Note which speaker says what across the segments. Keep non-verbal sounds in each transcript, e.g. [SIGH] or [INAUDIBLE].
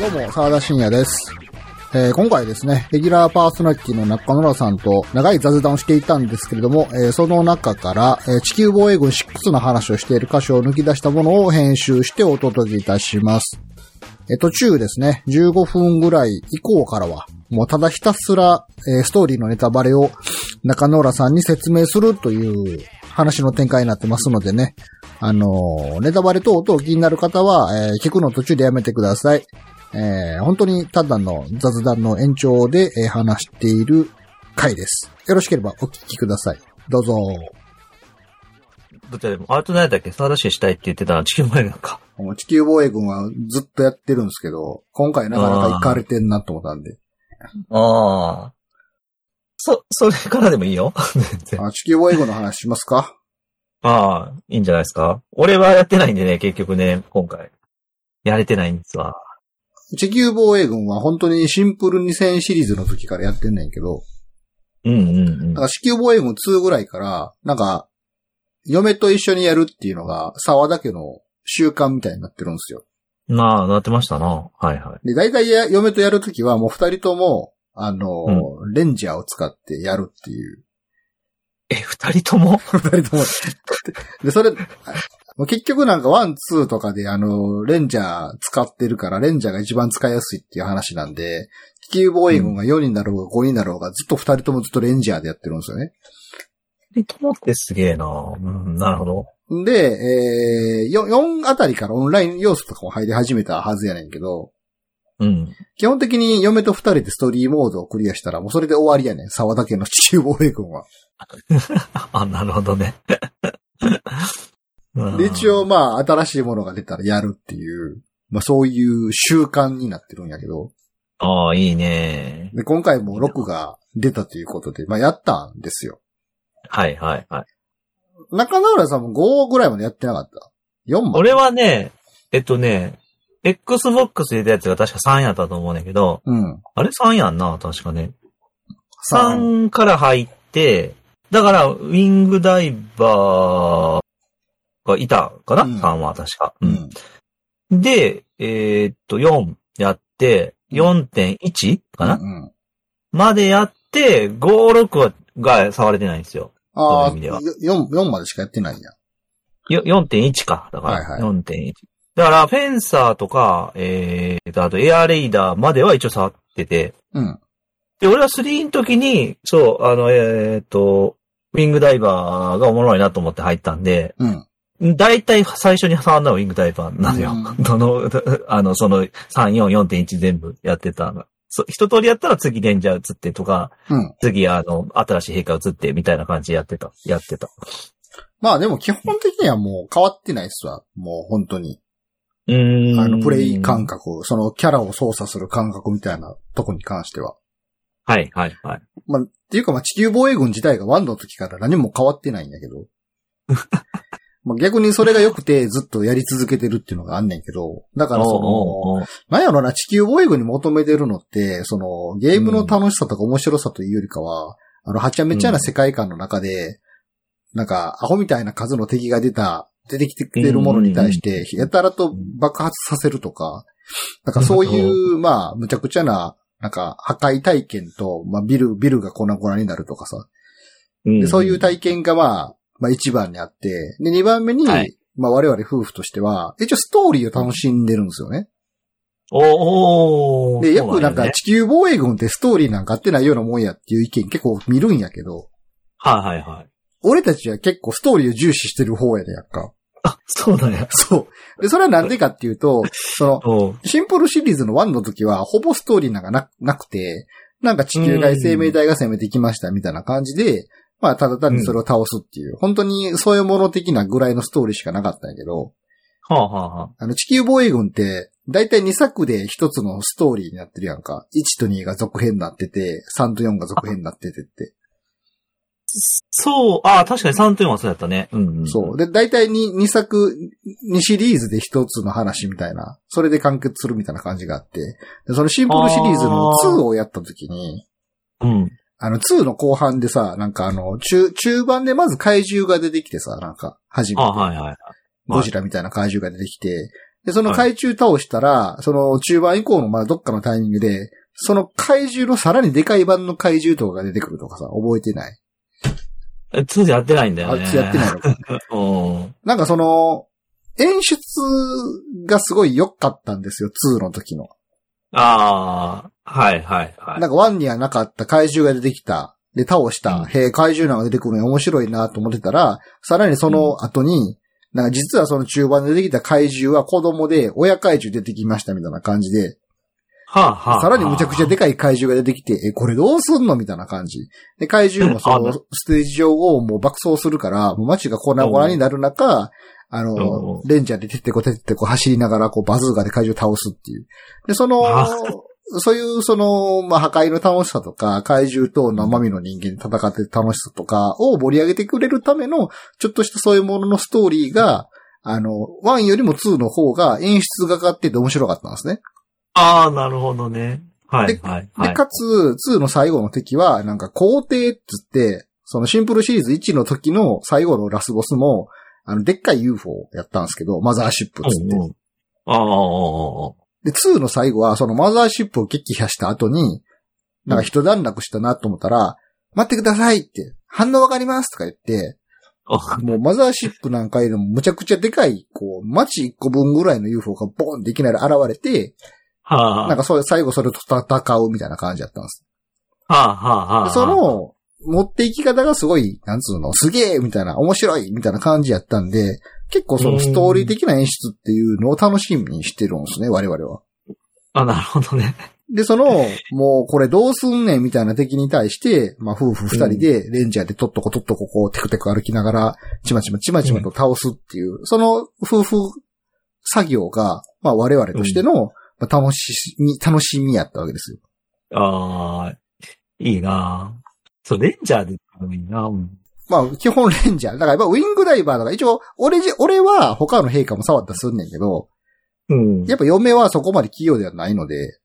Speaker 1: どうも、沢田信也です。えー今回ですね、レギュラーパーソナリティの中野良さんと長い雑談をしていたんですけれども、えーその中から、えー地球防衛軍6の話をしている箇所を抜き出したものを編集してお届けいたします。えー途中ですね、15分ぐらい以降からは、もうただひたすら、えーストーリーのネタバレを中野良さんに説明するという話の展開になってますのでね、あのーネタバレ等々気になる方は、えー聞くの途中でやめてください。えー本当にただの雑談の延長で、えー話している回です。よろしければお聞きください。どうぞ。
Speaker 2: だってでも、あれと何だっけ沢田氏したいって言ってたのは地球防衛軍か。
Speaker 1: 地球防衛軍はずっとやってるんですけど、今回なかなか行かれてんなと思ったんで。
Speaker 2: ああ。そ、それからでもいいよ。全然。
Speaker 1: あ地球防衛軍の話しますか
Speaker 2: ああ、いいんじゃないですか。俺はやってないんでね、結局ね、今回。やれてないんですわ。
Speaker 1: 地球防衛軍は本当にシンプル2000シリーズの時からやってんねんけど、
Speaker 2: うんうんうん
Speaker 1: なん。か地球防衛軍2ぐらいから、なんか、嫁と一緒にやるっていうのが、沢田家の習慣みたいになってるんですよ。
Speaker 2: まあ、なってましたな。はいはい。
Speaker 1: で、大体や嫁とやるときはもう二人とも、あの、レンジャーを使ってやるっていう。
Speaker 2: え、二人とも
Speaker 1: 二人とも。で、それ、もう結局なんかワン、ツーとかであの、レンジャー使ってるから、レンジャーが一番使いやすいっていう話なんで、地球防衛軍が4になろうが5になろうが、ずっと二人ともずっとレンジャーでやってるんですよね。
Speaker 2: 二人ともってすげえな。うん、なるほど。
Speaker 1: で、えー、4, 4あたりからオンライン要素とかも入り始めたはずやねんけど、
Speaker 2: うん。 [LAUGHS]
Speaker 1: 基本的に嫁と二人でストーリーモードをクリアしたらもうそれで終わりやねん。沢田家の地球防衛軍は。
Speaker 2: あ、なるほどね。うん
Speaker 1: で、一応まあ、新しいものが出たらやるっていう、まあそういう習慣になってるんやけど、
Speaker 2: [LAUGHS] ああ、いいね。
Speaker 1: で、今回も6が出たということで、まあやったんですよ。
Speaker 2: はいはいはい。
Speaker 1: 中野浦さんも5ぐらいまでやってなかった。4まで。
Speaker 2: 俺はね、えっとね、Xbox で出たやつが確か3やったと思うねんだけど、
Speaker 1: うん。
Speaker 2: あれ3やんな、確かね。
Speaker 1: 3。
Speaker 2: 3から入って、だから、ウィングダイバーがいたかな、
Speaker 1: うん
Speaker 2: ?3 は確か。
Speaker 1: う
Speaker 2: うん
Speaker 1: ん。
Speaker 2: で、えーっと、4やって、4.1かな、
Speaker 1: うん。
Speaker 2: までやって、5、6は、が触れてないんですよ。
Speaker 1: ああ、
Speaker 2: そういう意味
Speaker 1: 4、4までしかやってないんや。
Speaker 2: よ4.1か。だから、
Speaker 1: はいはい
Speaker 2: 4.1。だから、フェンサーとか、えーっと、あと、エアレイダーまでは一応触ってて、
Speaker 1: うん。
Speaker 2: で、俺は3の時に、そう、あの、えーっと、ウィングダイバーがおもろいなと思って入ったんで、
Speaker 1: うん。
Speaker 2: だいたい最初に触るのはウィングダイバーなのよ。
Speaker 1: う
Speaker 2: どの、あの、その3、4、4.1全部やってたの。そう一通りやったら次レンジャー移ってとか、
Speaker 1: うん。
Speaker 2: 次あの、新しい陛下移ってみたいな感じでやってた。やってた。
Speaker 1: まあでも基本的にはもう変わってないっすわ。もう本当に。
Speaker 2: うーん。
Speaker 1: あの、プレイ感。覚、そのキャラを操作する感覚みたいなとこに関しては。
Speaker 2: はい、はい、はい。
Speaker 1: まあ、っていうかまあ地球防衛軍自体がワンの時から何も変わってないんやけ
Speaker 2: [LAUGHS]
Speaker 1: ど。まあ逆にそれが良くてずっとやり続けてるっていうのがあんねんけど。だからその、
Speaker 2: おうおうおう
Speaker 1: なんやろな、地球防衛軍に求めてるのって、その、ゲームの楽しさとか面白さというよりかは、あの、はちゃめちゃな世界観の中で、なんか、アホみたいな数の敵が出た、出てきてくれるものに対して、やたらと爆発させるとか、なんかそういう、まあ、むちゃくちゃな、なんか、破壊体験と、まあ、ビル、ビルが粉々になるとかさ、で、そういう体験がまあ、まあ一番にあって、で、二番目に、
Speaker 2: はい
Speaker 1: まあ我々夫婦としては、一応ストーリーを楽しんでるんですよね。
Speaker 2: おーおー
Speaker 1: で、よくなん
Speaker 2: そう
Speaker 1: か
Speaker 2: よね
Speaker 1: 地球防衛軍ってストーリーなんか合ってないようなもんやっていう意見結構見るんやけど、
Speaker 2: はい、はい、はい。
Speaker 1: 俺たちは結構ストーリーを重視してる方やでやんか。 [LAUGHS]
Speaker 2: あ、そうだね。
Speaker 1: そう。で、それはなんでかっていうと、その、
Speaker 2: おう
Speaker 1: シンプルシリーズの1の時はほぼストーリーなんかななくて、なんか地球外生命体が攻めてきましたみたいな感じで、まあただ単にそれを倒すっていう、本当にそういうもの的なぐらいのストーリーしかなかったんやけど、
Speaker 2: はあ、はあ、はあ。
Speaker 1: あの、地球防衛軍って、だいたい2作で1つのストーリーになってるやんか。1と2が続編になってて、3と4が続編になっててって。
Speaker 2: そう、ああ、確かに3点はそうやったね。うん、うん。
Speaker 1: そう。で、だいたい 2, 2作、2シリーズで1つの話みたいな。それで完結するみたいな感じがあって。でそのシンプルシリーズの2をやった時に、
Speaker 2: うん。
Speaker 1: あの、2の後半でさ、なんかあの、中、中盤でまず怪獣が出てきてさ、なんか、初めて
Speaker 2: あはいはい。
Speaker 1: ゴジラみたいな怪獣が出てきて、で、その怪獣倒したら、その中盤以降のまだどっかのタイミングで、その怪獣のさらにでかい版の怪獣とかが出てくるとかさ、覚えてない。
Speaker 2: え、2でやってないんだ
Speaker 1: あ
Speaker 2: よ
Speaker 1: い
Speaker 2: ね。
Speaker 1: つやってないのか。
Speaker 2: [LAUGHS] うん。
Speaker 1: なんかその、演出がすごい良かったんですよ、2の時の。
Speaker 2: ああ、はいはいはい。
Speaker 1: なんか1にはなかった怪獣が出てきた。で、倒した。
Speaker 2: うん
Speaker 1: へえ、怪獣なんか出てくるの面白いなと思ってたら、さらにその後に、なんか実はその中盤で出てきた怪獣は子供で、親怪獣出てきましたみたいな感じで、
Speaker 2: はあ、はあ、
Speaker 1: さらにむちゃくちゃでかい怪獣が出てきて、え、これどうすんのみたいな感じ。で、怪獣もそ
Speaker 2: あな
Speaker 1: のステージ上をもう爆走するから、もう街が粉々になる中、あ
Speaker 2: うん
Speaker 1: の、レンジャーでてってこてってこ走りながら、こうバズーカで怪獣を倒すっていう。で、その
Speaker 2: あ、
Speaker 1: そういう、その、まあ、破壊の楽しさとか、怪獣と生身の人間で戦ってる楽しさとかを盛り上げてくれるための、ちょっとしたそういうもののストーリーが、あの、1よりも2の方が演出がかかってて面白かったんですね。
Speaker 2: ああ、なるほどね。はいはいは
Speaker 1: で、
Speaker 2: い。
Speaker 1: かつ、2の最後の敵は、なんか、皇帝っつって、そのシンプルシリーズ1の時の最後のラスボスも、あの、でっかい UFO やったんですけど、マザーシップっつって
Speaker 2: うん。うんああ、ああああああ
Speaker 1: で、2の最後は、そのマザーシップを撃破した後に、なんか一段落したなと思ったら、待ってくださいって、反応わかりますとか言って、
Speaker 2: あ
Speaker 1: もうマザーシップなんかよりもむちゃくちゃでかい、こう、街1個分ぐらいの UFO がボーンっていきなり現れて、
Speaker 2: はあ、
Speaker 1: なんかそう、最後それと戦うみたいな感じだったんです。
Speaker 2: はあ、はあ、はあ。
Speaker 1: でそ、の、持っていき方がすごい、なんつうの、すげえみたいな、面白いみたいな感じやったんで、結構そのストーリー的な演出っていうのを楽しみにしてるんですね、我々は。
Speaker 2: あ、なるほどね。
Speaker 1: で、その、もうこれどうすんねんみたいな敵に対して、まあ夫婦二人でレンジャーでとっとことっとここをテクテク歩きながら、ちまちまちまちまと倒すっていう、その夫婦作業が、まあ我々としての、まあ楽しみ、楽しみやったわけですよ。
Speaker 2: ああ、いいなそう、レンジャーでもいいなうん
Speaker 1: まあ、基本レンジャー。だから、やっぱウィングダイバーだから、一応、俺じ、俺は他の陛下も触ったりすんねんけど、
Speaker 2: うん。
Speaker 1: やっぱ嫁はそこまで器用ではないので、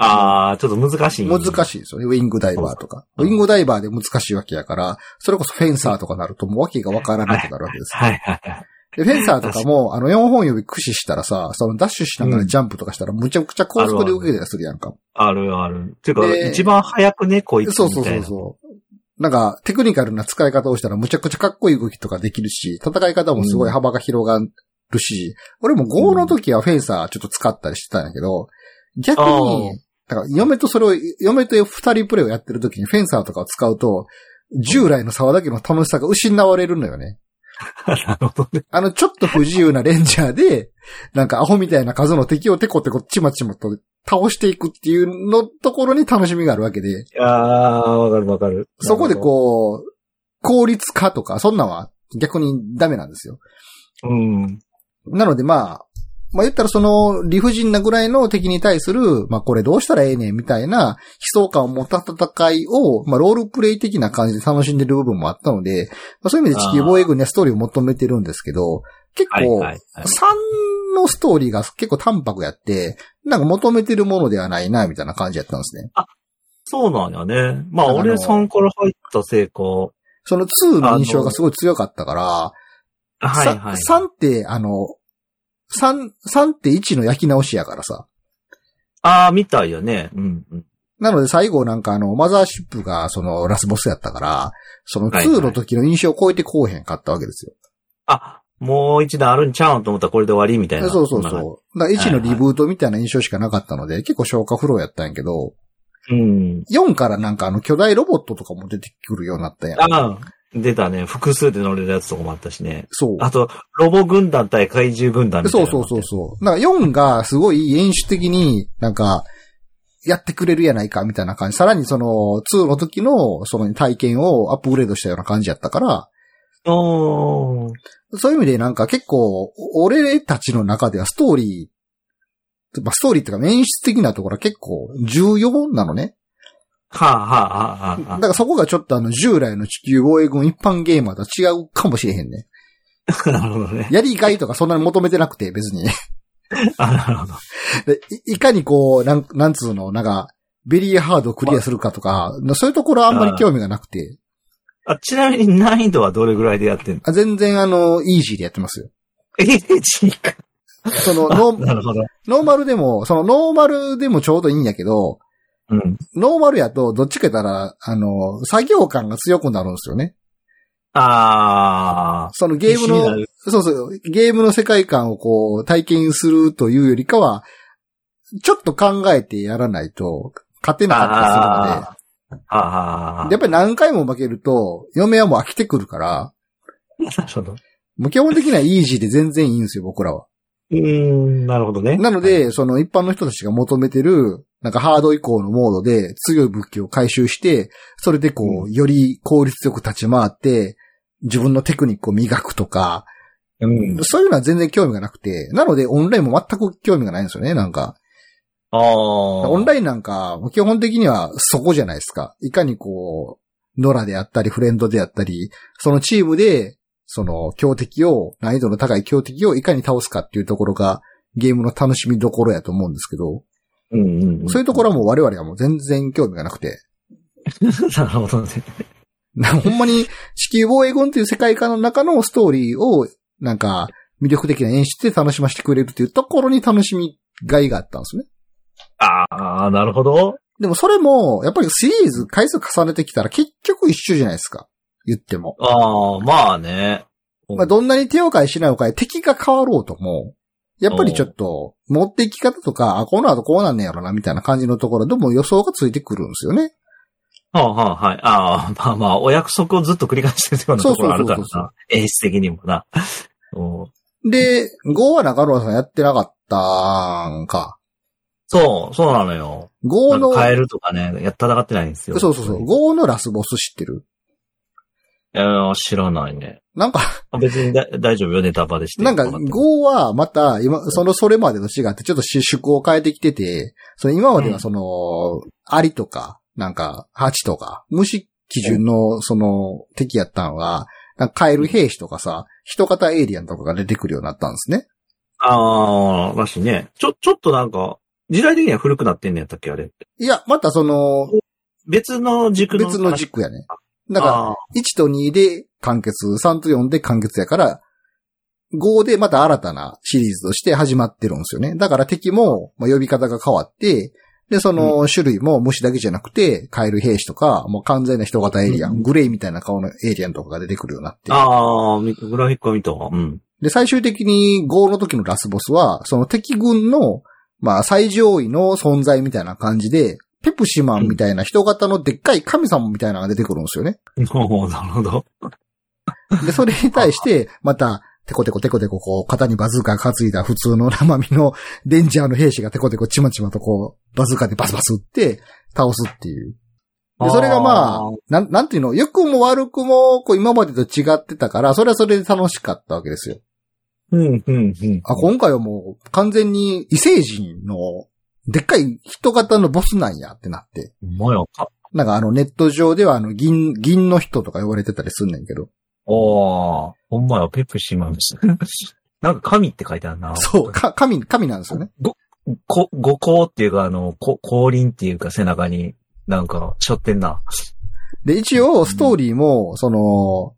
Speaker 2: ああ、ちょっと難しい。
Speaker 1: 難
Speaker 2: い。
Speaker 1: しいですよね、ウィングダイバーとか。
Speaker 2: そ
Speaker 1: ウ
Speaker 2: うそう
Speaker 1: ィングダイバーで難しいわけやから、それこそフェンサーとかなるともうわけがわからなくなるわけです。
Speaker 2: はいはいはい。
Speaker 1: でフェンサーとかも、あの、4本指駆使したらさ、そのダッシュしながらジャンプとかしたら、むちゃくちゃ高速で受けたりするやんか。
Speaker 2: あるある。ていうか、
Speaker 1: で
Speaker 2: 一番早くね、こいつみた
Speaker 1: そ
Speaker 2: いうな。
Speaker 1: そうそうそう。なんか、テクニカルな使い方をしたらむちゃくちゃかっこいい動きとかできるし、戦い方もすごい幅が広がるし、俺も5の時はフェンサーちょっと使ったりしてたんやけど、逆
Speaker 2: あ
Speaker 1: に、だから嫁とそれを、嫁と二人プレイをやってる時にフェンサーとかを使うと、従来の沢だけの楽しさが失われるのよね。
Speaker 2: な [LAUGHS] るほどね。
Speaker 1: あの、ちょっと不自由なレンジャーで、なんかアホみたいな数の敵をテコテコちまちまと倒していくっていうのところに楽しみがあるわけで、
Speaker 2: ああー、わかるわかる。
Speaker 1: そこでこう、効率化とか、そんなんは逆にダメなんですよ。
Speaker 2: う。うん。
Speaker 1: なのでまあ、まあ言ったらその理不尽なぐらいの敵に対する、まあこれどうしたらええねんみたいな悲壮感を持った戦いを、まあロールプレイ的な感じで楽しんでる部分もあったので、まあ、そういう意味で地球防衛軍にはストーリーを求めてるんですけど、結
Speaker 2: はい
Speaker 1: 構、
Speaker 2: はいは
Speaker 1: 3
Speaker 2: い。
Speaker 1: のストーリーが結構淡白やって、なんか求めてるものではないな、みたいな感じやったんですね。
Speaker 2: そうなんやね。ま
Speaker 1: だか
Speaker 2: あ、
Speaker 1: らあの
Speaker 2: 俺、そんから入った成功。
Speaker 1: その2の印象がすごい強かったから、
Speaker 2: はいはい。
Speaker 1: さ3って、あの、3、3って1の焼き直しやからさ。
Speaker 2: ああ、みたいよね。うんうん。
Speaker 1: なので最後なんかあの、マザーシップがそのラスボスやったから、その
Speaker 2: はいはい
Speaker 1: 2の時の印象を超えてこうへんかったわけですよ。
Speaker 2: あ、もう一段あるんちゃうんと思ったらこれで終わりみたいな。
Speaker 1: そうそう
Speaker 2: なんか
Speaker 1: そう。だから1のリブートみたいな印象しかなかったので、結構消化不良やったんやけど、
Speaker 2: うん。
Speaker 1: 4からなんかあの巨大ロボットとかも出てくるようになったんやん。
Speaker 2: あ出たね。複数で乗れるやつとかもあったしね。
Speaker 1: そう。
Speaker 2: あと、ロボ軍団対怪獣軍団みたい
Speaker 1: そ
Speaker 2: な
Speaker 1: う
Speaker 2: のも
Speaker 1: そ
Speaker 2: あ
Speaker 1: う
Speaker 2: って。
Speaker 1: そうそう。なんか4がすごい演出的になんか、やってくれるやないかみたいな感じ。さらにその2の時のその体験をアップグレードしたような感じやったから、
Speaker 2: おー
Speaker 1: そういう意味でなんか結構、俺たちの中ではストーリー、まあ、ストーリーっていうか演出的なところは結構重要なのね。
Speaker 2: はあ、はあはあはあ
Speaker 1: だ
Speaker 2: は
Speaker 1: からそこがちょっとあの従来の地球防衛軍一般ゲーマーとは違うかもしれへんね。
Speaker 2: あ。なるほどね。
Speaker 1: やりがいとかそんなに求めてなくて別に。
Speaker 2: あ、なるほど。
Speaker 1: でいいかにこう、なん、なんつうの、なんか、ベリーハードをクリアするかとか、そういうところはあんまり興味がなくて、
Speaker 2: あ、ちなみに難易度はどれぐらいでやってんの
Speaker 1: あ全然あの、イージーでやってますよ。
Speaker 2: え、違う。
Speaker 1: そ
Speaker 2: [LAUGHS]
Speaker 1: の、ノー
Speaker 2: なるほど。
Speaker 1: ノーマルでも、そのノーマルでもちょうどいいんやけど、
Speaker 2: うん。
Speaker 1: ノーマルやと、どっちか言ったら、あの、作業感が強くなるんですよね。
Speaker 2: ああ。
Speaker 1: そのゲーム
Speaker 2: 必死にな
Speaker 1: の
Speaker 2: る、
Speaker 1: そうそう、ゲームの世界観をこう、体験するというよりかは、ちょっと考えてやらないと、勝てなかったりするの
Speaker 2: ああ。ああ。
Speaker 1: で、やっぱり何回も負けると、嫁はもう飽きてくるから、
Speaker 2: なるほど。
Speaker 1: もう基本的にはイージーで全然いいんですよ、僕らは。
Speaker 2: うーん、なるほどね。
Speaker 1: なので、その一般の人たちが求めてる、なんかハード以降のモードで強い武器を回収して、それでこう、より効率よく立ち回って、自分のテクニックを磨くとか、
Speaker 2: うん。
Speaker 1: そういうのは全然興味がなくて、なのでオンラインも全く興味がないんですよね、なんか。
Speaker 2: ああ。
Speaker 1: オン
Speaker 2: イ
Speaker 1: ラインなんか、基本的にはそこじゃないですか。いかにこう、ノラであったり、フレンドであったり、そのチームで、その強敵を、難易度の高い強敵をいかに倒すかっていうところが、ゲームの楽しみどころやと思うんですけど、
Speaker 2: ン。うんうんうん。
Speaker 1: そういうところはもう我々はもう全然興味がなくて。
Speaker 2: [LAUGHS] なるほどね。
Speaker 1: なほんまに地球防衛軍という世界観の中のストーリーをなんか魅力的な演出で楽しませてくれるというところに楽しみがいがあったんですね。
Speaker 2: ああ、なるほど。
Speaker 1: でもそれもやっぱりシリーズ回数重ねてきたら結局一緒じゃないですか。言っても。
Speaker 2: ああ、まあね。
Speaker 1: まあどんなに手を変え品を変え敵が変わろうとも、やっぱりちょっと持っていき方とか、あ、この後こうなんねやろなみたいな感じのところでも予想がついてくるんですよね。
Speaker 2: はあ、はあ、はい。あ [LAUGHS] あ、まあまあ、お約束をずっと繰り返してるようなところあるから
Speaker 1: そうそうそう
Speaker 2: な。演出的にもな。 [LAUGHS] お
Speaker 1: で、5は中野さんやってなかったんか。
Speaker 2: そう、そうなのよ。
Speaker 1: 5
Speaker 2: なん
Speaker 1: の、
Speaker 2: か
Speaker 1: そ
Speaker 2: カエ
Speaker 1: う
Speaker 2: ルとかね、や戦ってないんですよ。
Speaker 1: そうそう、5のラスボス知ってる
Speaker 2: いや知らないね。
Speaker 1: なんか、
Speaker 2: 別にだ大丈夫よ、ネタバレして。
Speaker 1: なんか
Speaker 2: もっても
Speaker 1: 5はまた、今、その、それまでと違ってちょっと趣趣向を変えてきてて、その今まではその、アリとか、なんか、ハチとか、虫基準の、その、敵やったんは、なんかカエル兵士とかさ、人型エイリアンとかが出てくるようになったんですね。
Speaker 2: ああ、らしいね。ちょ、ちょっとなんか、時代的には古くなってんねやったっけ、あれ。
Speaker 1: いや、またその、
Speaker 2: 別の軸の。
Speaker 1: 別の軸やね。だ
Speaker 2: だ
Speaker 1: から、
Speaker 2: か
Speaker 1: 1と2で完結、3と4で完結やから、5でまた新たなシリーズとして始まってるんですよね。だから敵も、まあ、呼び方が変わって、で、その種類も虫だけじゃなくて、カエル兵士とか、もう完全な人型エイリアン、
Speaker 2: うん
Speaker 1: グレイみたいな顔のエイリアンとかが出てくるようになって
Speaker 2: ら、。ああ、みグラフィックを見たわ。うん。 [LAUGHS]
Speaker 1: で、最終的に5の時のラスボスは、その敵軍の、まあ、最上位の存在みたいな感じで、ペプシマンみたいな人型のでっかい神様みたいなのが出てくるんですよね。
Speaker 2: おーなるほど。
Speaker 1: で、それに対して、また、テコテコテコテコ、こう、肩にバズーカ担いだ普通の生身のデンジャーの兵士がテコテコちまちまとこう、バズーカでバスバス撃って、倒すっていう。で、それがまあ
Speaker 2: ー、
Speaker 1: なん、なんていうの、良くも悪くも、こう、今までと違ってたから、それはそれで楽しかったわけですよ。
Speaker 2: うん、うん、うん。
Speaker 1: あ、今回はもう、完全に異星人の、でっかい人型のボスなんやってなって。
Speaker 2: ほんまやか。
Speaker 1: なんかあの、ネット上ではあの、銀、銀の人とか呼ばれてたりすんねんけど。
Speaker 2: おー、ほんまや、ペプシマンです。 [LAUGHS] なんか神って書いてあるな。
Speaker 1: そう、か、神、神なんですよね。
Speaker 2: こ、五光っていうか、あの、こ降臨っていうか背中に、なんか、しょってんな。
Speaker 1: で、一応、ストーリーも、その、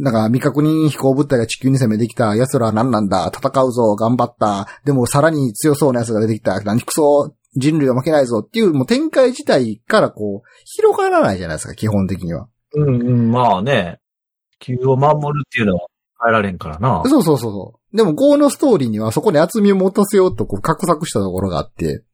Speaker 1: なんか、未確認飛行物体が地球に攻めてきた、奴らは何なんだ、戦うぞ、頑張った、でもさらに強そうな奴が出てきた、何くそ、人類は負けないぞっていう、もう展開自体からこう、広がらないじゃないですか、基本的には。
Speaker 2: うん、うん、まあね。地球を守るっていうのは変えられんからな。
Speaker 1: そうそうそうそう。でも、GO のストーリーにはそこに厚みを持たせようと、こう、画策したところがあって、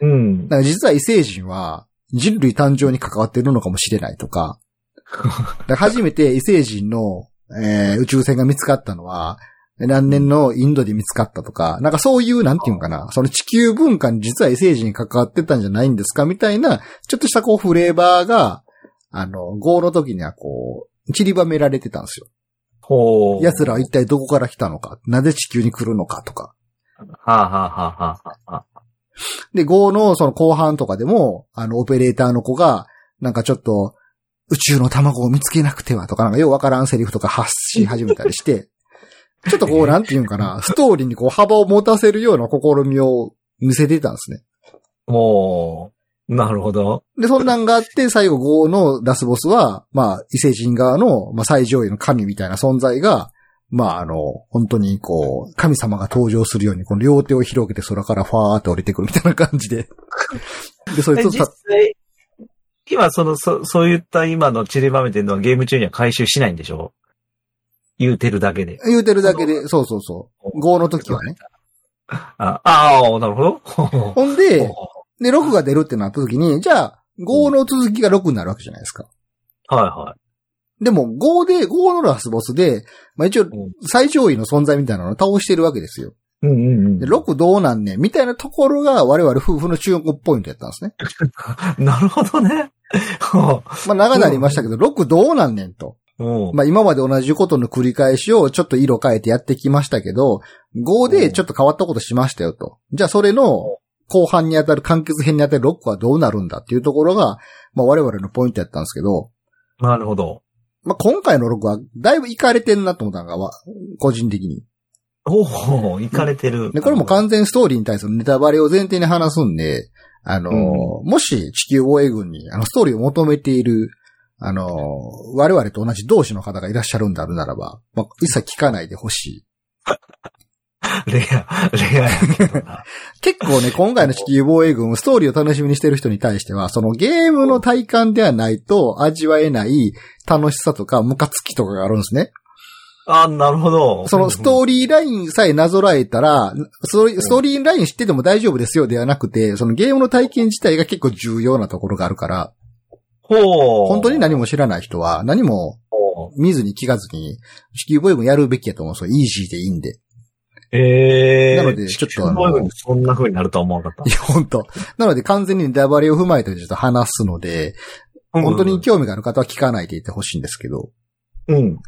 Speaker 2: うん。
Speaker 1: なんか実は異星人は、人類誕生に関わっているのかもしれないとか、だから初めて異星人の、えー宇宙船が見つかったのは、何年のインドで見つかったとか、なんかそういう、なんていうんかな、その地球文化に実は異星人に関わってたんじゃないんですかみたいな、ちょっとしたこうフレーバーが、あの、号の時にはこう、散りばめられてたんですよ。
Speaker 2: ほう。
Speaker 1: 奴らは一体どこから来たのか、なぜ地球に来るのかとか。
Speaker 2: はあ、はあはあはあはあ、
Speaker 1: で、5のその後半とかでも、あの、オペレーターの子が、なんかちょっと、宇宙の卵を見つけなくてはとか、なんかようわからんセリフとか発し始めたりして、ちょっとこう、なんていうんかな、ストーリーにこう、幅を持たせるような試みを見せてたんですね。
Speaker 2: もう、なるほど。
Speaker 1: で、そんなんがあって、最後5のラスボスは、まあ、異星人側の、まあ、最上位の神みたいな存在が、まあ、あの、本当にこう、神様が登場するように、この両手を広げて空からファーって降りてくるみたいな感じで。で、そいつを
Speaker 2: 実
Speaker 1: た、
Speaker 2: 際、今その、そ、そういった今の散りばめてるのはゲーム中には回収しないんでしょ言うてるだけで。
Speaker 1: 言うてるだけで、そうそうそう。5の時はね。
Speaker 2: あ、ああ、なるほど。
Speaker 1: ほんで、で、6が出るってなった時に、じゃあ、5の続きが6になるわけじゃないですか。
Speaker 2: はいはい。
Speaker 1: でも、5で、5のラスボスで、まあ一応、最上位の存在みたいなのを倒してるわけですよ。
Speaker 2: うんうんうん
Speaker 1: で、。6どうなんねんみたいなところが、我々夫婦の注目ポイントやったんですね。
Speaker 2: なるほどね。 [LAUGHS]
Speaker 1: まあ長なりましたけど、6どうなんねんと。
Speaker 2: もう、
Speaker 1: まあ今まで同じことの繰り返しをちょっと色変えてやってきましたけど、5でちょっと変わったことしましたよと。じゃあそれの後半にあたる完結編にあたる6はどうなるんだっていうところが、まあ我々のポイントやったんですけど、
Speaker 2: なるほど。
Speaker 1: まあ今回の6はだいぶいかれてんなと思ったのが、わ個人的に。
Speaker 2: おお、行かれてる。
Speaker 1: で、これも完全にストーリーに対するネタバレを前提に話すんで、あのー、もし地球防衛軍にあのストーリーを求めている、あのー、我々と同じ同士の方がいらっしゃるんであるならば、まあ、一切聞かないでほしい。
Speaker 2: レア、レアやけどな。
Speaker 1: 結構ね、今回の地球防衛軍、ストーリーを楽しみにしてる人に対しては、そのゲームの体感ではないと味わえない楽しさとかムカつきとかがあるんですね。
Speaker 2: あ、なるほど。
Speaker 1: そのストーリーラインさえなぞらえたら、ストーリーストーリーライン知ってても大丈夫ですよではなくて、そのゲームの体験自体が結構重要なところがあるから、
Speaker 2: ほう。
Speaker 1: 本当に何も知らない人は何も
Speaker 2: ほう
Speaker 1: 見ずに聞かずに、地球ボイムやるべきやと思うんですよ。イージーでいいんで。い
Speaker 2: ええー。
Speaker 1: なのでちょっとあの
Speaker 2: そういうふうにそんな風になるとは思わなかっ
Speaker 1: や、本当なので完全にネタバレを踏まえてちょっと話すので、
Speaker 2: た。
Speaker 1: 本当に興味がある方は聞かないでいてほしいんですけど、
Speaker 2: うん。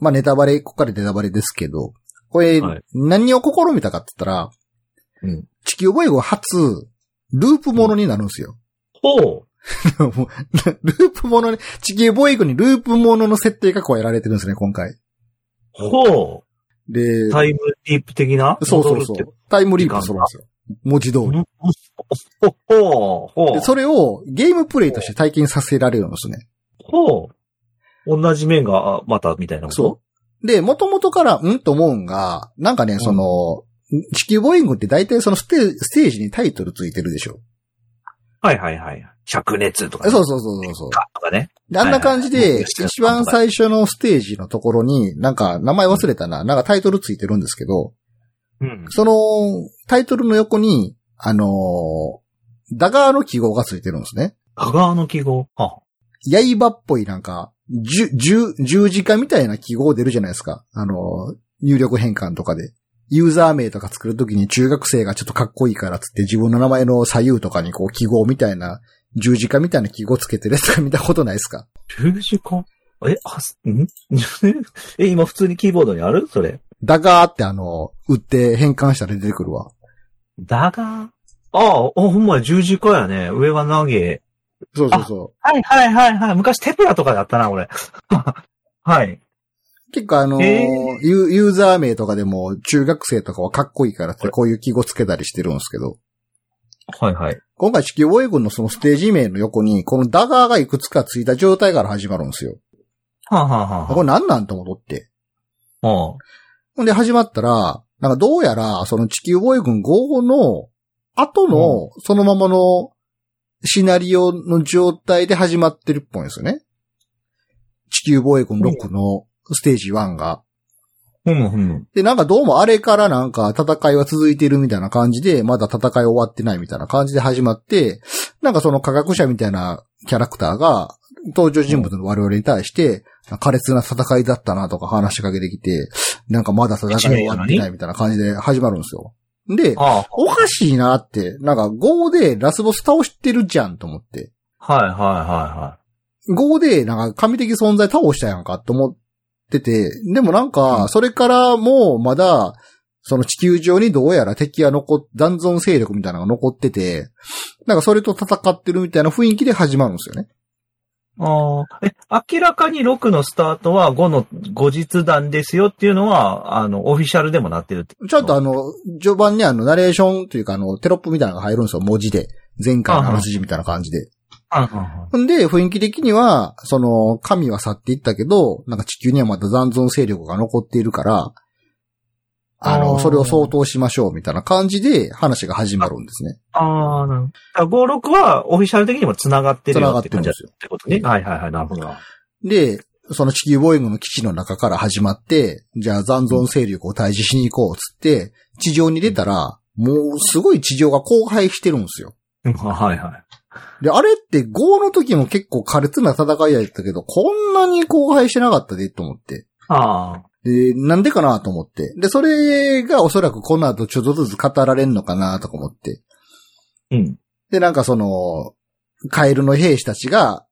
Speaker 1: まあネタバレ、ここからネタバレですけど、これ
Speaker 2: はい
Speaker 1: 何を試みたかって言ったら、
Speaker 2: うん。
Speaker 1: 地球ボイム初、ループものになるんですよ。 [LAUGHS]
Speaker 2: ほ
Speaker 1: もうループものに、地球防衛軍にループものの設定がこうやられてるんですね、今回。
Speaker 2: う。ほ
Speaker 1: で
Speaker 2: う。、タイムリープ的な
Speaker 1: そうそうそ
Speaker 2: 戻るって
Speaker 1: う。タイムリープするんですよ。文字通り。
Speaker 2: ほほう。ほ
Speaker 1: で、
Speaker 2: う。
Speaker 1: それをゲームプレイとして体験させられるんですね。
Speaker 2: ほう。同じ面があまたみたいなこと
Speaker 1: そう。で、元々から、んと思うんが、なんかね、その、地球防衛軍って大体そのステージステージにタイトルついてるでしょ。
Speaker 2: はいはいはい。灼熱とか、
Speaker 1: そう
Speaker 2: う。
Speaker 1: そうそうそうそう。
Speaker 2: とかね。
Speaker 1: であんな感じ
Speaker 2: はいはい
Speaker 1: で、
Speaker 2: はい
Speaker 1: 一番最初のステージのところに、なんか名前忘れたな、なんかタイトルついてるんですけど、
Speaker 2: うん。
Speaker 1: その、タイトルの横に、あのーダガーの記号がついてるんですね。
Speaker 2: 香川の記号。はあ
Speaker 1: 刃っぽいなんか、十、十、十字架みたいな記号出るじゃないですか。あのー入力変換とかで。ユーザー名とか作るときに中学生がちょっとかっこいいからっつって自分の名前の左右とかにこう記号みたいな、十字架みたいな記号つけてるやつが見たことないですか
Speaker 2: 十字架え、はす、ん [LAUGHS] え、今普通にキーボードにあるそれ。
Speaker 1: ダガーってあのー、打って変換したら出てくるわ。
Speaker 2: だが、ああ、あほんまや十字架やね。上が投げ。
Speaker 1: そうそうそう。
Speaker 2: はいはいはいはい。昔テプラとかだったな、俺。 [LAUGHS] はい。
Speaker 1: 結構あのー
Speaker 2: え
Speaker 1: ユ、ユーザー名とかでも中学生とかはかっこいいからってこういう記号つけたりしてるんですけど、
Speaker 2: はいはい。
Speaker 1: 今回地球防衛軍のそのステージ名の横に、このダガーがいくつかついた状態から始まるんですよ。
Speaker 2: はあ、はあはあ
Speaker 1: これ何なんと思って。
Speaker 2: は
Speaker 1: ほんで始まったら、なんかどうやらその地球防衛軍5の後のそのままのシナリオの状態で始まってるっぽいんですよね。地球防衛軍6のステージ1が。
Speaker 2: あ。うん、ふむ。
Speaker 1: で、なんかどうもあれからなんか戦いは続いてるみたいな感じで、まだ戦い終わってないみたいな感じで始まって、なんかその科学者みたいなキャラクターが、登場人物の我々に対して、苛烈な戦いだったなとか話しかけてきて、なんかまだ戦い終わってないみたいな感じで始まるんですよ。で、
Speaker 2: あ
Speaker 1: おかしいなって、なんか5でラスボス倒してるじゃんと思って。
Speaker 2: あ。はいはいはいはい。
Speaker 1: 5で、なんか、神的存在倒したやんかと思ってて、でもなんか、それからもうまだ、その地球上にどうやら敵が残っ、残存勢力みたいなのが残ってて、なんかそれと戦ってるみたいな雰囲気で始まるんですよね。
Speaker 2: ああ。え、明らかに6のスタートは5の後日談ですよっていうのは、あの、オフィシャルでもなってるって。
Speaker 1: ちゃんとあの、序盤にあの、ナレーションというかあの、テロップみたいなのが入るんですよ、文字で。前回の話みたいな感じで。
Speaker 2: あ
Speaker 1: んで、雰囲気的には、その、神は去っていったけど、なんか地球にはまだ残存勢力が残っているから、あ
Speaker 2: あ
Speaker 1: の、
Speaker 2: ー
Speaker 1: それを相当しましょう、みたいな感じで話が始まるんですね。
Speaker 2: あー、なるほど。だから56はオフィシャル的にも繋がってるよって感じだってことね。
Speaker 1: 繋
Speaker 2: はいはいはい、なるほど。
Speaker 1: で、その地球ボーイングの基地の中から始まって、じゃあ残存勢力を退治しに行こう、つって、地上に出たら、もうすごい地上が荒廃してるんですよ。
Speaker 2: はいはい。
Speaker 1: で、あれって5の時も結構苛烈な戦いやったけど、こんなに荒廃してなかったで、と思って。
Speaker 2: ああ。
Speaker 1: で、なんでかなと思って。で、それがおそらくこの後ちょっとずつ語られんのかなとか思って。
Speaker 2: うん。
Speaker 1: で、なんかその、カエルの兵士たちが、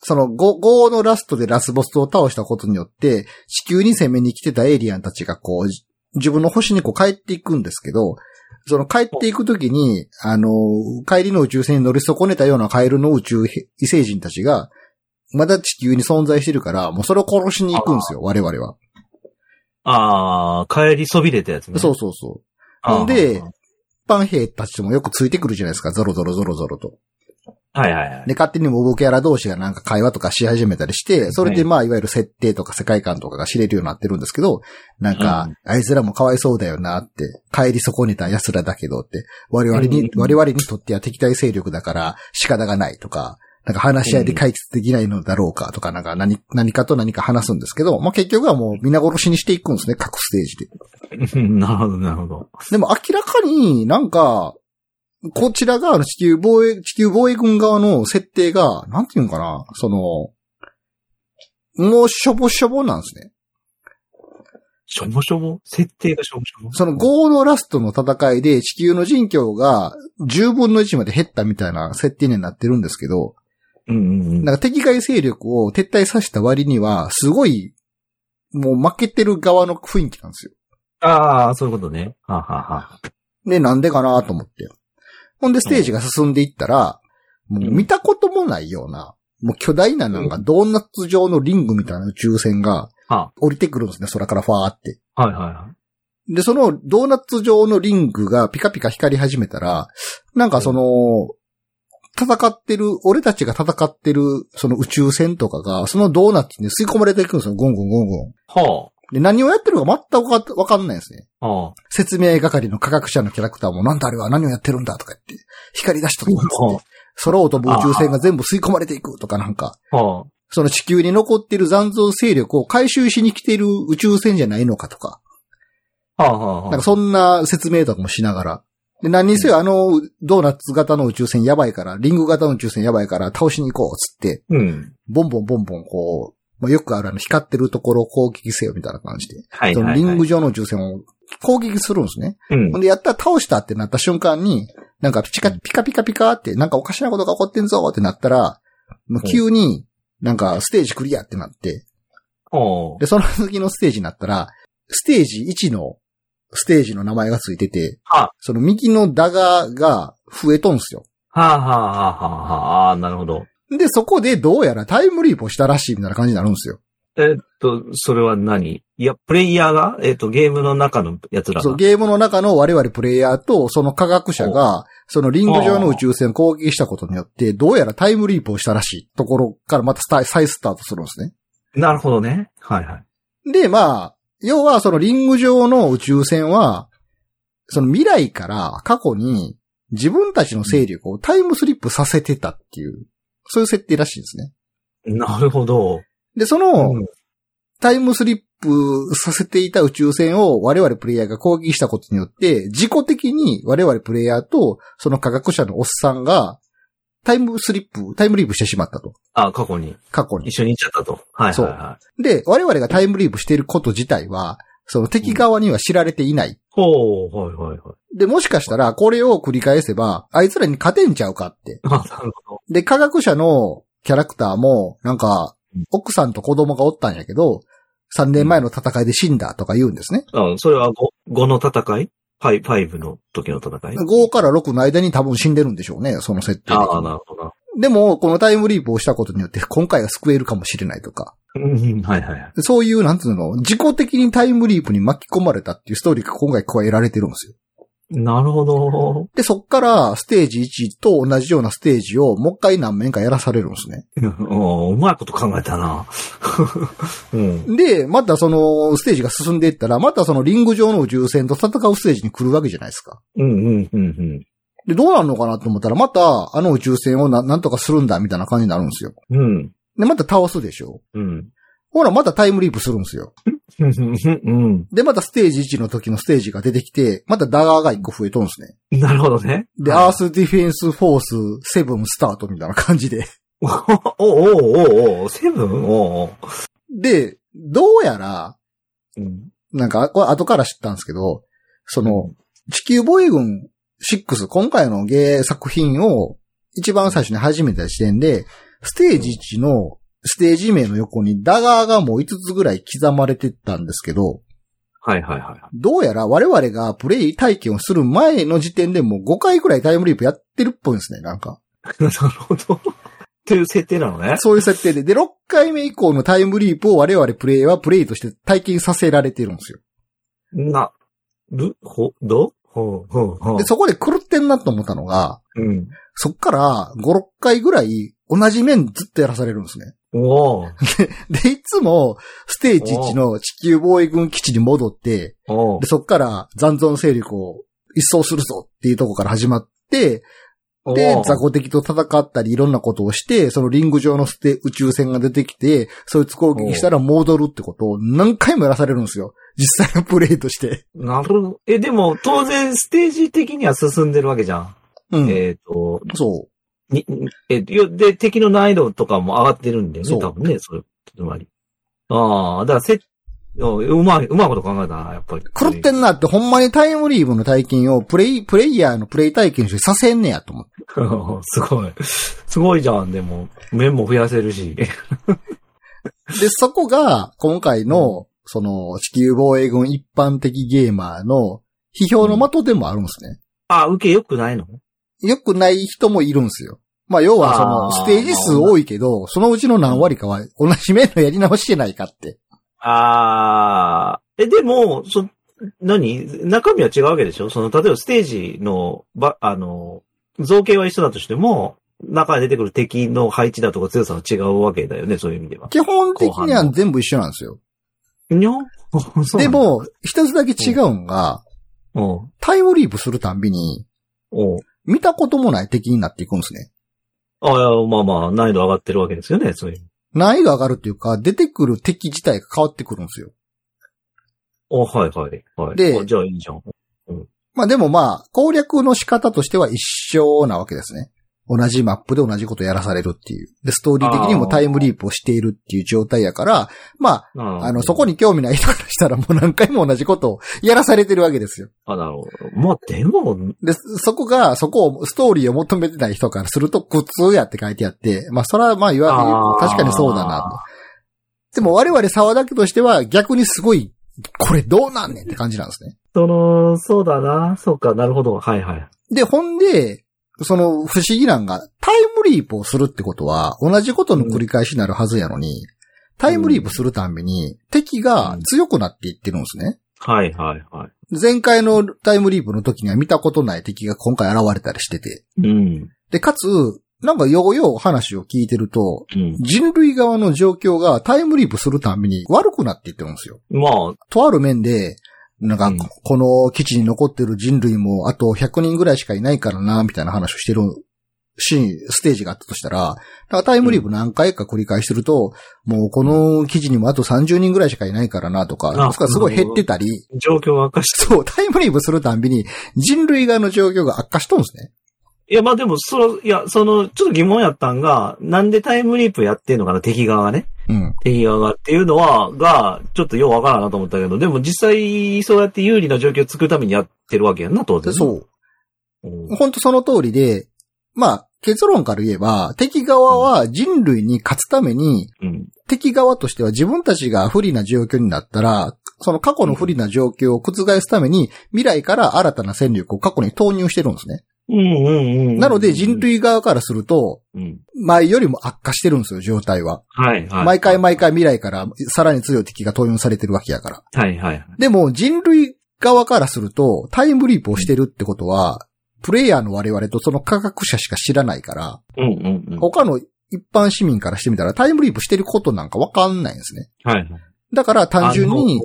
Speaker 1: その 5, 5のラストでラスボスを倒したことによって、地球に攻めに来てたエイリアンたちがこう、じ自分の星にこう帰っていくんですけど、その帰っていくときに、あの、帰りの宇宙船に乗り損ねたようなカエルの宇宙へ異星人たちが、まだ地球に存在してるから、もうそれを殺しに行くんですよ、我々は。
Speaker 2: ああ、帰りそびれたやつね。
Speaker 1: そうそうそう。
Speaker 2: あー
Speaker 1: で一般兵たちもよくついてくるじゃないですか、ゾロゾロゾロゾロと。
Speaker 2: はいはいはい。 [LAUGHS]
Speaker 1: で、勝手にモブキャラ同士がなんか会話とかし始めたりして、それでまあ、いわゆる設定とか世界観とかが知れるようになってるんですけど、なんか、
Speaker 2: うん
Speaker 1: あいつらもかわいそうだよなって、帰り損ねた奴らだけどって、我々
Speaker 2: うんうん
Speaker 1: に、
Speaker 2: うん
Speaker 1: 我々にとっては敵対勢力だから仕方がないとか、なんか話し合いで解決できないのだろうかとか、なんか何、何かと何か話すんですけど、まあ結局はもう皆殺しにしていくんですね、各ステージで。
Speaker 2: うんなるほど、なるほど。
Speaker 1: でも明らかになんか、こちら側の地球防衛、地球防衛軍側の設定が、なんていうんかな、その、もうしょぼしょぼなんですね。
Speaker 2: しょぼしょぼ設定がしょぼしょぼ
Speaker 1: そのゴーのラストの戦いで地球の人口が10分の1まで減ったみたいな設定になってるんですけど、
Speaker 2: うんうんうん。
Speaker 1: なんか敵外勢力を撤退させた割には、すごい、もう負けてる側の雰囲気なんですよ
Speaker 2: ああ、そういうことね。はあはあはあ
Speaker 1: で、なんでかなと思って。ほんで、ステージが進んでいったら、もう見たこともないような、もう巨大ななんかドーナツ状のリングみたいな宇宙船が
Speaker 2: は
Speaker 1: 降りてくるんですね、空からファーって。
Speaker 2: はいはいはい。
Speaker 1: で、そのドーナツ状のリングがピカピカ光り始めたら、なんかその、戦ってる、俺たちが戦ってる、その宇宙船とかが、そのドーナツに吸い込まれていくんですよ、ゴンゴンゴンゴン。
Speaker 2: は
Speaker 1: で、何をやってるか全くわかわかんないんですね。
Speaker 2: あ。は
Speaker 1: 説明係の科学者のキャラクターも、なんだあれは何をやってるんだとか言って、光り出したとか言って、空を飛ぶ宇宙船が全部吸い込まれていくとかなんか、
Speaker 2: あ。は
Speaker 1: その地球に残ってる残存勢力を回収しに来ている宇宙船じゃないのかとか、
Speaker 2: あ。はあは
Speaker 1: な
Speaker 2: あ
Speaker 1: ん
Speaker 2: は
Speaker 1: かそんな説明とかもしながら。で、何にせよあのドーナツ型の宇宙船やばいから、リング型の宇宙船やばいから倒しに行こうっつって、
Speaker 2: うん。
Speaker 1: ボンボンボンボンこう、まあ、よくあるあの光ってるところを攻撃せよみたいな感じで、
Speaker 2: はい
Speaker 1: そ
Speaker 2: はい、
Speaker 1: の
Speaker 2: はい。
Speaker 1: リング上の宇宙船を攻撃するんですね。
Speaker 2: うん
Speaker 1: ほん。で、やったら倒したってなった瞬間に、なんかピカピカピカピカって、なんかおかしなことが起こってんぞってなったら、もう急に、なんかステージクリアってなって、
Speaker 2: は
Speaker 1: で、その次のステージになったら、ステージ1のステージの名前がついてて
Speaker 2: あ、
Speaker 1: その右のダガーが増えとんすよ。
Speaker 2: あ。はあはあはあはあ。ああ、なるほど。
Speaker 1: で、そこでどうやらタイムリープをしたらしいみたいな感じになるんですよ。
Speaker 2: えっと、それは何いや、プレイヤーが、えっと、ゲームの中のやつら
Speaker 1: そう、
Speaker 2: が。
Speaker 1: ゲームの中の我々プレイヤーとその科学者が、そのリング上の宇宙船を攻撃したことによって、どうやらタイムリープをしたらしいところからまたスタ再スタートするんですね。
Speaker 2: なるほどね。はいはい。
Speaker 1: で、まあ、要はそのリング上の宇宙船は、その未来から過去に自分たちの勢力をタイムスリップさせてたっていう、そういう設定らしいんですね。
Speaker 2: なるほど。
Speaker 1: で、その、
Speaker 2: うん
Speaker 1: タイムスリップさせていた宇宙船を我々プレイヤーが攻撃したことによって、自己的に我々プレイヤーとその科学者のおっさんがタイムスリップ、タイムリープしてしまったと。
Speaker 2: あ過去に。
Speaker 1: 過去に。
Speaker 2: 一緒に行っちゃったと。はいはい
Speaker 1: そう
Speaker 2: はい。
Speaker 1: で、我々がタイムリープしていること自体は、その敵側には知られていない。
Speaker 2: ほう、はいはいはい。
Speaker 1: で、もしかしたらこれを繰り返せば、あいつらに勝てんちゃうかって。
Speaker 2: あなるほど。
Speaker 1: で、科学者のキャラクターも、なんか、奥さんと子供がおったんやけど、3年前の戦いで死んだとか言うんですね。
Speaker 2: あそれは 5, 5の戦いパイ ?5 の時の戦い
Speaker 1: 5から6の間に多分死んでるんでしょうね、その設定
Speaker 2: ああ、
Speaker 1: で。
Speaker 2: なるほどな。
Speaker 1: でも、このタイムリープをしたことによって、今回は救えるかもしれないとか、
Speaker 2: うん、はいはいはい。
Speaker 1: そういう、なんつうの、自己的にタイムリープに巻き込まれたっていうストーリーが今回加えられてるんですよ。
Speaker 2: なるほど。
Speaker 1: で、そっからステージ1と同じようなステージをもう一回何面かやらされるんですね。
Speaker 2: うんうまいこと考えたな。 [LAUGHS] うん。
Speaker 1: で、またそのステージが進んでいったら、またそのリング上の宇宙船と戦うステージに来るわけじゃないですか。
Speaker 2: うんうんうんうん。
Speaker 1: で、どうなるのかなと思ったら、またあの宇宙船をななんとかするんだみたいな感じになるんですよ。
Speaker 2: うん。
Speaker 1: で、また倒すでしょ。
Speaker 2: うん。
Speaker 1: ほら、またタイムリープするんですよ。
Speaker 2: うん。
Speaker 1: で、またステージ1の時のステージが出てきて、またダガーが1個増えとんですね。
Speaker 2: なるほどね。
Speaker 1: で、アースディフェンスフォース7スタートみたいな感じで。 [LAUGHS]
Speaker 2: おおおおおセブンおお
Speaker 1: で、どうやら、
Speaker 2: うん。
Speaker 1: なんか、これ後から知ったんですけど、その、地球防衛軍6、今回のゲー作品を一番最初に始めた時点で、ステージ1のステージ名の横にダガーがもう5つぐらい刻まれてたんですけど、
Speaker 2: はいはいはい。
Speaker 1: どうやら我々がプレイ体験をする前の時点でもう5回くらいタイムリープやってるっぽいんですね、なんか。
Speaker 2: [LAUGHS] なるほど。っていう設定なのね。
Speaker 1: そういう設定で。で、6回目以降のタイムリープを我々プレイはプレイとして体験させられてるんですよ。
Speaker 2: な、る、ほ、どほう、ほう、ほう
Speaker 1: で、。そこで狂ってんなと思ったのが、
Speaker 2: うん。
Speaker 1: そっから5、6回ぐらい同じ面ずっとやらされるんですね。
Speaker 2: おー
Speaker 1: で、いつもステージ1の地球防衛軍基地に戻って、
Speaker 2: おー
Speaker 1: で、そっから残存勢力を一掃するぞっていうとこから始まって、
Speaker 2: お
Speaker 1: で、
Speaker 2: ー
Speaker 1: 雑魚敵と戦ったりいろんなことをして、そのリング上のステ宇宙船が出てきて、そいつ攻撃したら戻るってことを何回もやらされるんですよ。実際のプレイとして。
Speaker 2: なるほど。え、でも、当然、ステージ的には進んでるわけじゃん。
Speaker 1: うん。
Speaker 2: えっ、と、
Speaker 1: そ
Speaker 2: に、えよで、敵の難易度とかも上がってるんだよ
Speaker 1: そ
Speaker 2: ね、
Speaker 1: う
Speaker 2: 多分ね、それ、つまり。ああ、だから、せ、おうまい、うまいこと考えたな、やっぱり。
Speaker 1: う。狂ってんなってほんまにタイムリーブの体験をプレイ、プレイヤーのプレイ体験としてさせんねやと思って。
Speaker 2: [LAUGHS] すごい。すごいじゃん、でも。面も増やせるし。 [LAUGHS]
Speaker 1: で、そこが、今回の、その、地球防衛軍一般的ゲーマーの、批評の的でもあるんですね。
Speaker 2: あ、受け良くないの
Speaker 1: 良くない人もいるんですよ。まあ、要は、そ
Speaker 2: あ
Speaker 1: の、
Speaker 2: ー
Speaker 1: ステージ数多いけど、そのうちの何割かは、同じ面のやり直してないかって。
Speaker 2: ああ、え、でも、そ、何中身は違うわけでしょその、例えばステージの、ば、あの、造形は一緒だとしても、中に出てくる敵の配置だとか強さは違うわけだよね、そういう意味で
Speaker 1: [LAUGHS]
Speaker 2: は。
Speaker 1: 基本的に
Speaker 2: 後半
Speaker 1: は
Speaker 2: の
Speaker 1: 全部一緒なんですよ。
Speaker 2: にょ [LAUGHS] そう
Speaker 1: で
Speaker 2: なの、
Speaker 1: も、一つだけ違うんが、
Speaker 2: おう
Speaker 1: タイムリープするたんびに、
Speaker 2: おう
Speaker 1: 見たこともない敵になっていくんですね。
Speaker 2: ああ、まあまあ、難易度上がってるわけですよね、そういう。
Speaker 1: 難易度上がるっていうか、出てくる敵自体が変わってくるんですよ。
Speaker 2: おはいはい、はい。
Speaker 1: で
Speaker 2: あじゃあいいじゃん。
Speaker 1: まあでもまあ、攻略の仕方としては一緒なわけですね。同じマップで同じことやらされるっていう。で、ストーリー的にもタイムリープをしているっていう状態やから、まあ、あの、そこ
Speaker 2: に。
Speaker 1: に興味ない人からしたらもう何回も同じことをやらされてるわけですよ。
Speaker 2: あ、なるほど。まあ、でも、
Speaker 1: で、そこが、そこを、ストーリーを求めてない人からすると苦痛やって書いてあって、まあ、それはまあ、いわ
Speaker 2: あー
Speaker 1: ゆる、確かにそうだなと。でも我々沢田家としては逆にすごい、これどうなんねんって感じなんですね。
Speaker 2: その、そうだな。そうか、なるほど。はいはい。
Speaker 1: で、ほんで、その不思議なんが、タイムリープをするってことは、同じことの繰り返しになるはずやのに、タイムリープするたんびに敵が強くなっていってるんですね。
Speaker 2: はいはいはい。
Speaker 1: 前回のタイムリープの時には見たことない敵が今回現れたりしてて。
Speaker 2: うん。
Speaker 1: で、かつ、なんかようよう話を聞いてると、
Speaker 2: うん。
Speaker 1: 人類側の状況がタイムリープするたんびに悪くなっていってるんですよ。
Speaker 2: まあ、
Speaker 1: とある面で、なんか
Speaker 2: うん、
Speaker 1: この基地に残ってる人類も、あと100人ぐらいしかいないからな、みたいな話をしてるシーン、ステージがあったとしたら、なんかタイムリープ何回か繰り返してると、もうこの基地にもあと30人ぐらいしかいないからな、とか、
Speaker 2: あ
Speaker 1: なんかすごい減ってたり、
Speaker 2: 状況を明かして。
Speaker 1: そう、タイムリープするたんびに人類側の状況が悪化しとんですね。
Speaker 2: いや、まあでも、その、いや、その、ちょっと疑問やったんが、なんでタイムリープやってんのかな、敵側がね。
Speaker 1: うん。
Speaker 2: 敵側がっていうのは、が、ちょっとようわからんなと思ったけど、でも実際、そうやって有利な状況を作るためにやってるわけやんな、当
Speaker 1: で
Speaker 2: 然。
Speaker 1: そう。
Speaker 2: うん。
Speaker 1: ほんとその通りで、まあ、結論から言えば、敵側は人類に勝つために、
Speaker 2: うん。
Speaker 1: 敵側としては自分たちが不利な状況になったら、その過去の不利な状況を覆すために、未来から新たな戦力を過去に投入してるんですね。
Speaker 2: うんうんうん。
Speaker 1: なので人。類側からすると、
Speaker 2: うん。
Speaker 1: 前よりも悪化してるんですよ、状態は。
Speaker 2: はいはい。
Speaker 1: 毎回毎回未来からさらに強い敵が投入されてるわけやから。
Speaker 2: はいはいはい。
Speaker 1: でも人類側からすると、タイムリープをしてるってことは、プレイヤーの我々とその科学者しか知らないから、
Speaker 2: うんうんうん。
Speaker 1: 他の一般市民からしてみたらタイムリープしてることなんかわかんないんですね。
Speaker 2: はい。
Speaker 1: だから単純に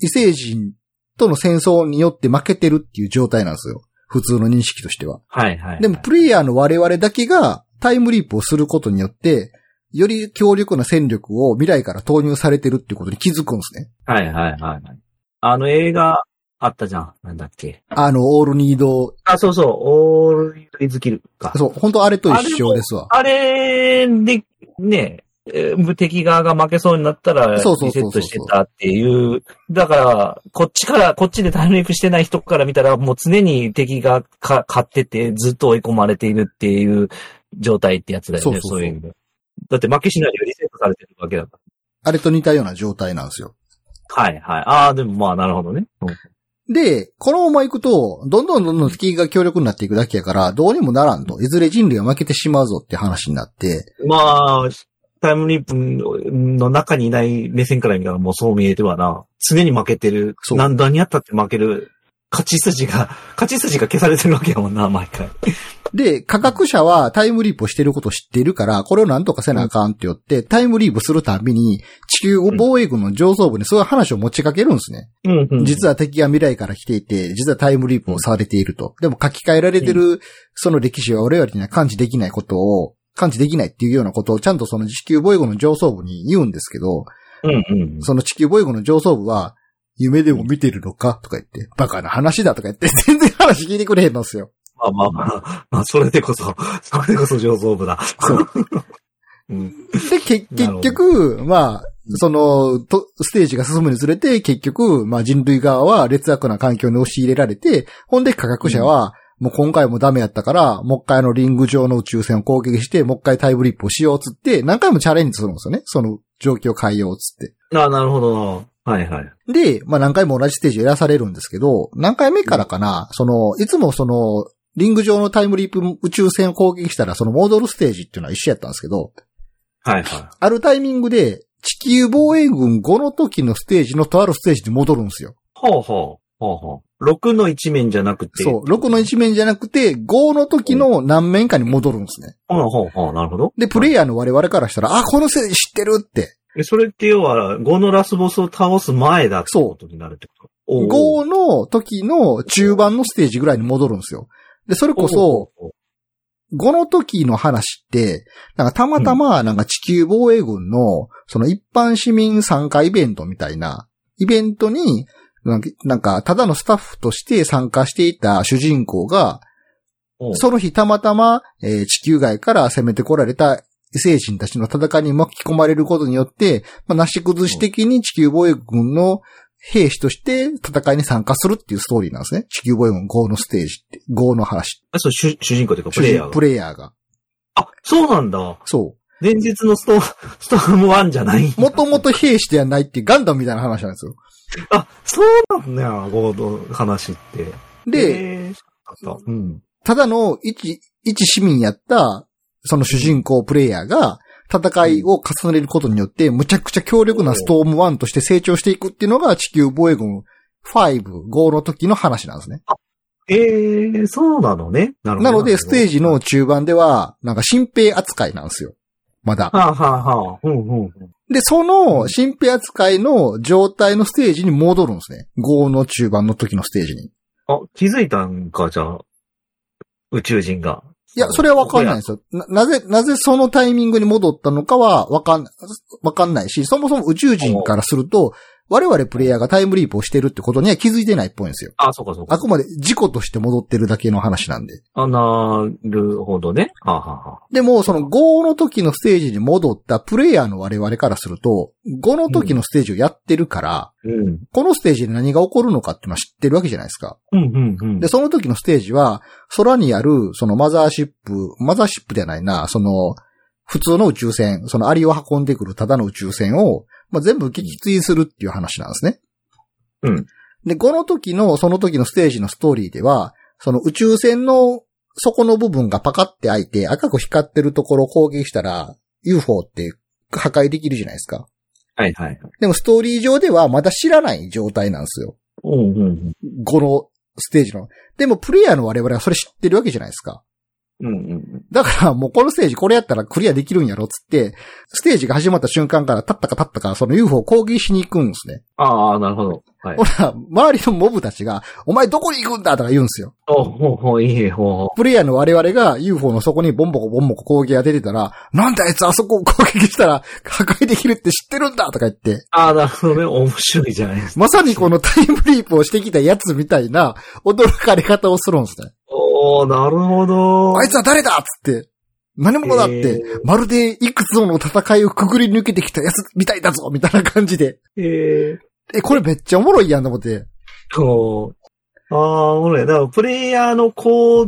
Speaker 1: 異星人との戦争によって負けてるっていう状態なんですよ。普通の認識としては。
Speaker 2: あの。はいはい。
Speaker 1: でも、プレイヤーの我々だけがタイムリープをすることによって、より強力な戦力を未来から投入されてるっていうことに気づくんですね。
Speaker 2: はいはいはいはい。あの映画あったじゃん。なんだっけ。
Speaker 1: あの、オールニード、
Speaker 2: あ、そうそう。オールイズキルか。
Speaker 1: そう、本当あれと一緒ですわ。
Speaker 2: あれで、ね、えー敵側が負けそうになったら、リセ
Speaker 1: そうそうそうそう
Speaker 2: ットしてたっていう。だから、こっちから、こっちでタイムリープしてない人から見たら、もう常に敵がか勝ってて、ずっと追い込まれているっていう状態ってやつだよね、
Speaker 1: そうそうそう
Speaker 2: そういう意味で。だって負けしないでリセットされてるわけだか
Speaker 1: あれと似たような状態なんですよ。
Speaker 2: ら。はいはい。ああ、でもまあ、なるほどね。うん
Speaker 1: で、このまま行くと、どんどんどんどん敵が強力になっていくだけやから、どうにもならんと。いずれ人類は負けてしまうぞって話になって、
Speaker 2: まあ、タイムリープの中にいない目線から見たらもうそう見えてはな。常に負けてる。
Speaker 1: そう
Speaker 2: 何段にあったって負ける。勝ち筋が、 [LAUGHS] 勝ち筋が消されてるわけやもんな、毎回。
Speaker 1: で、科学者はタイムリープをしてることを知っているから、これをなんとかせなあかんって言って、タイムリープするたびに、地球防衛軍の上層部にそういう話を持ちかけるんですね。
Speaker 2: うん、うん。
Speaker 1: 実は敵が未来から来ていて、実はタイムリープをされていると。でも書き換えられてる、その歴史は俺らには感知できないことを、感知できないっていうようなことをちゃんとその地球防衛軍の上層部に言うんですけど、
Speaker 2: うん、うん。
Speaker 1: その地球防衛軍の上層部は、夢でも見てるのかとか言って、バカな話だとか言って、全然話聞いてくれへんのですよ。
Speaker 2: まあまあまあ、まあ、それでこそ、 [LAUGHS] それでこそ上層部だ。 [LAUGHS]
Speaker 1: そう。
Speaker 2: うん。
Speaker 1: で、け
Speaker 2: な
Speaker 1: 結
Speaker 2: るほど
Speaker 1: 局、まあ、その、と、ステージが進むにつれて、結局、まあ人類側は劣悪な環境に押し入れられて、ほんで科学者は、もう今回もダメやったから、もう一回あのリング上の宇宙船を攻撃して、もう一回タイムリープをしようっつって、何回もチャレンジするんですよね。その状況を変えようっつって。
Speaker 2: ああ、なるほどな。はいはい。
Speaker 1: で、まあ何回も同じステージをやらされるんですけど、何回目からかな、その、いつもその、リング上のタイムリープ宇宙船を攻撃したら、その戻るステージっていうのは一緒やったんですけど、
Speaker 2: はいは
Speaker 1: あるタイミングで、地球防衛軍5の時のステージのとあるステージに戻るんですよ。
Speaker 2: い。ほうほう。ほうほう。6の一面じゃなくて。
Speaker 1: そう、6の一面じゃなくて、5の時の何面かに戻るんですね。
Speaker 2: ほうほうほう。なるほど。
Speaker 1: で、プレイヤーの我々からしたら、あ、このステージ知ってるって。
Speaker 2: え、それって要は、5のラスボスを倒す前だってことになるってことおう
Speaker 1: 5の時の中盤のステージぐらいに戻るんですよ。で、それこそ、
Speaker 2: おう
Speaker 1: 5の時の話って、なんかたまたま、なんか地球防衛軍の、その一般市民参加イベントみたいな、イベントに、なんかなんか、ただのスタッフとして参加していた主人公が、
Speaker 2: おう
Speaker 1: その日たまたま、えー地球外から攻めてこられた異星人たちの戦いに巻き込まれることによって、まあ、なし崩し的に地球防衛軍の兵士として戦いに参加するっていうストーリーなんですね。地球防衛軍5のステージって、5の話。
Speaker 2: あそう、主主人公というか、プレイヤー
Speaker 1: プ
Speaker 2: が。
Speaker 1: レイヤーが。
Speaker 2: あ、そうなんだ。
Speaker 1: そ
Speaker 2: 伝説のストーン、 [LAUGHS] ストーム1じゃない。
Speaker 1: う。もともと兵士ではないっていうガンダムみたいな話なんですよ。
Speaker 2: あ、そうなんだよ、ゴード話って。
Speaker 1: で、
Speaker 2: へー、そうだったうん。
Speaker 1: ただの一、一市民やった、その主人公プレイヤーが、戦いを重ねることによって、むちゃくちゃ強力なストーム1として成長していくっていうのが地球防衛軍5、5の時の話なんですね。
Speaker 2: えー、そうなのね。なるほど。
Speaker 1: なので、ステージ
Speaker 2: は
Speaker 1: の中盤では、なんか新兵扱いなんですよ。まだ。
Speaker 2: あ、はあはあ、うんうんうん。
Speaker 1: で、その新兵扱いの状態のステージに戻るんですね。5の中盤の時のステージに。
Speaker 2: あ、気づいたんか、じゃあ、宇宙人が。
Speaker 1: いや、それはわかんないんですよ。な、なぜ、なぜそのタイミングに戻ったのかはわかん、わかんないし、そもそも宇宙人からすると、我々プレイヤーがタイムリープをしてるってことには気づいてないっぽいんですよ。
Speaker 2: あ、そうかそうか。
Speaker 1: あくまで事故として戻ってるだけの話なんで。
Speaker 2: あ、なるほどね。はあ、はあはあ、
Speaker 1: でも、その5の時のステージに戻ったプレイヤーの我々からすると、5の時のステージをやってるから、
Speaker 2: うん。
Speaker 1: このステージで何が起こるのかっていうのは知ってるわけじゃないですか。
Speaker 2: うん、うん、うん。
Speaker 1: で、その時のステージは、空にある、そのマザーシップ、マザーシップじゃないな、その、普通の宇宙船、そのアリを運んでくるただの宇宙船を、まあ、全部撃墜するっていう話なんですね。
Speaker 2: うん。
Speaker 1: で、この時の、その時のステージのストーリーでは、その宇宙船の底の部分がパカって開いて赤く光ってるところを攻撃したら UFO って破壊できるじゃないですか。
Speaker 2: はい、はい。
Speaker 1: でもストーリー上ではまだ知らない状態なんですよ。
Speaker 2: うんうん
Speaker 1: 5のステージの。でも、プレイヤーの我々はそれ知ってるわけじゃないですか。
Speaker 2: うん。うんうん
Speaker 1: だからもうこのステージこれやったらクリアできるんやろっつって、ステージが始まった瞬間から立ったか立ったかその UFO を攻撃しに行くんですね。
Speaker 2: ああ、なるほど。はい
Speaker 1: ほ。ら、周りのモブたちが、お前どこに行くんだとか言うんですよ。
Speaker 2: おほうほう、いい、ほうほ
Speaker 1: プレイヤーの我々が UFO の底にボンボコボンボコ攻撃が出てたら、なんだあいつあそこを攻撃したら破壊できるって知ってるんだとか言って、
Speaker 2: ああ、なるほどね。面白いじゃないですか。
Speaker 1: まさにこのタイムリープをしてきたやつみたいな驚かれ方をするんですね。
Speaker 2: おおなるほど。
Speaker 1: あいつは誰だっつって、何者だって、
Speaker 2: え
Speaker 1: まるでいくつもの戦いをくぐり抜けてきたやつみたいだぞみたいな感じで。
Speaker 2: ええ
Speaker 1: え、これめっちゃおもろいやんと思って。
Speaker 2: こう。ああ、おもろい。だから、プレイヤーの行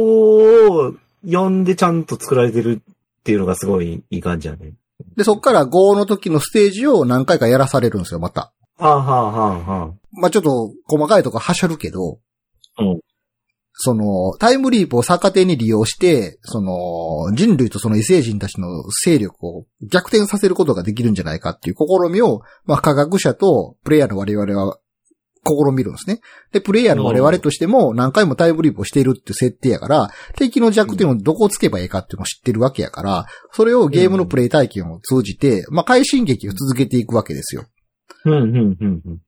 Speaker 2: 動を読んでちゃんと作られてるっていうのがすごいいい感じやね。
Speaker 1: で、そっから5の時のステージを何回かやらされるんですよ、また。
Speaker 2: ああ、はあ、はあ、はあ。
Speaker 1: まあ、ちょっと細かいとこはしゃるけど、
Speaker 2: うん
Speaker 1: その、タイムリープを逆手に利用して、その、人類とその異星人たちの勢力を逆転させることができるんじゃないかっていう試みを、まあ、科学者とプレイヤーの我々は試みるんですね。で、プレイヤーの我々としても何回もタイムリープをしているって設定やから、敵の弱点をどこをつけばいいかっていうのを知ってるわけやから、それをゲームのプレイ体験を通じて、まあ、快進撃を続けていくわけですよ。
Speaker 2: うん、うん、うん、うん。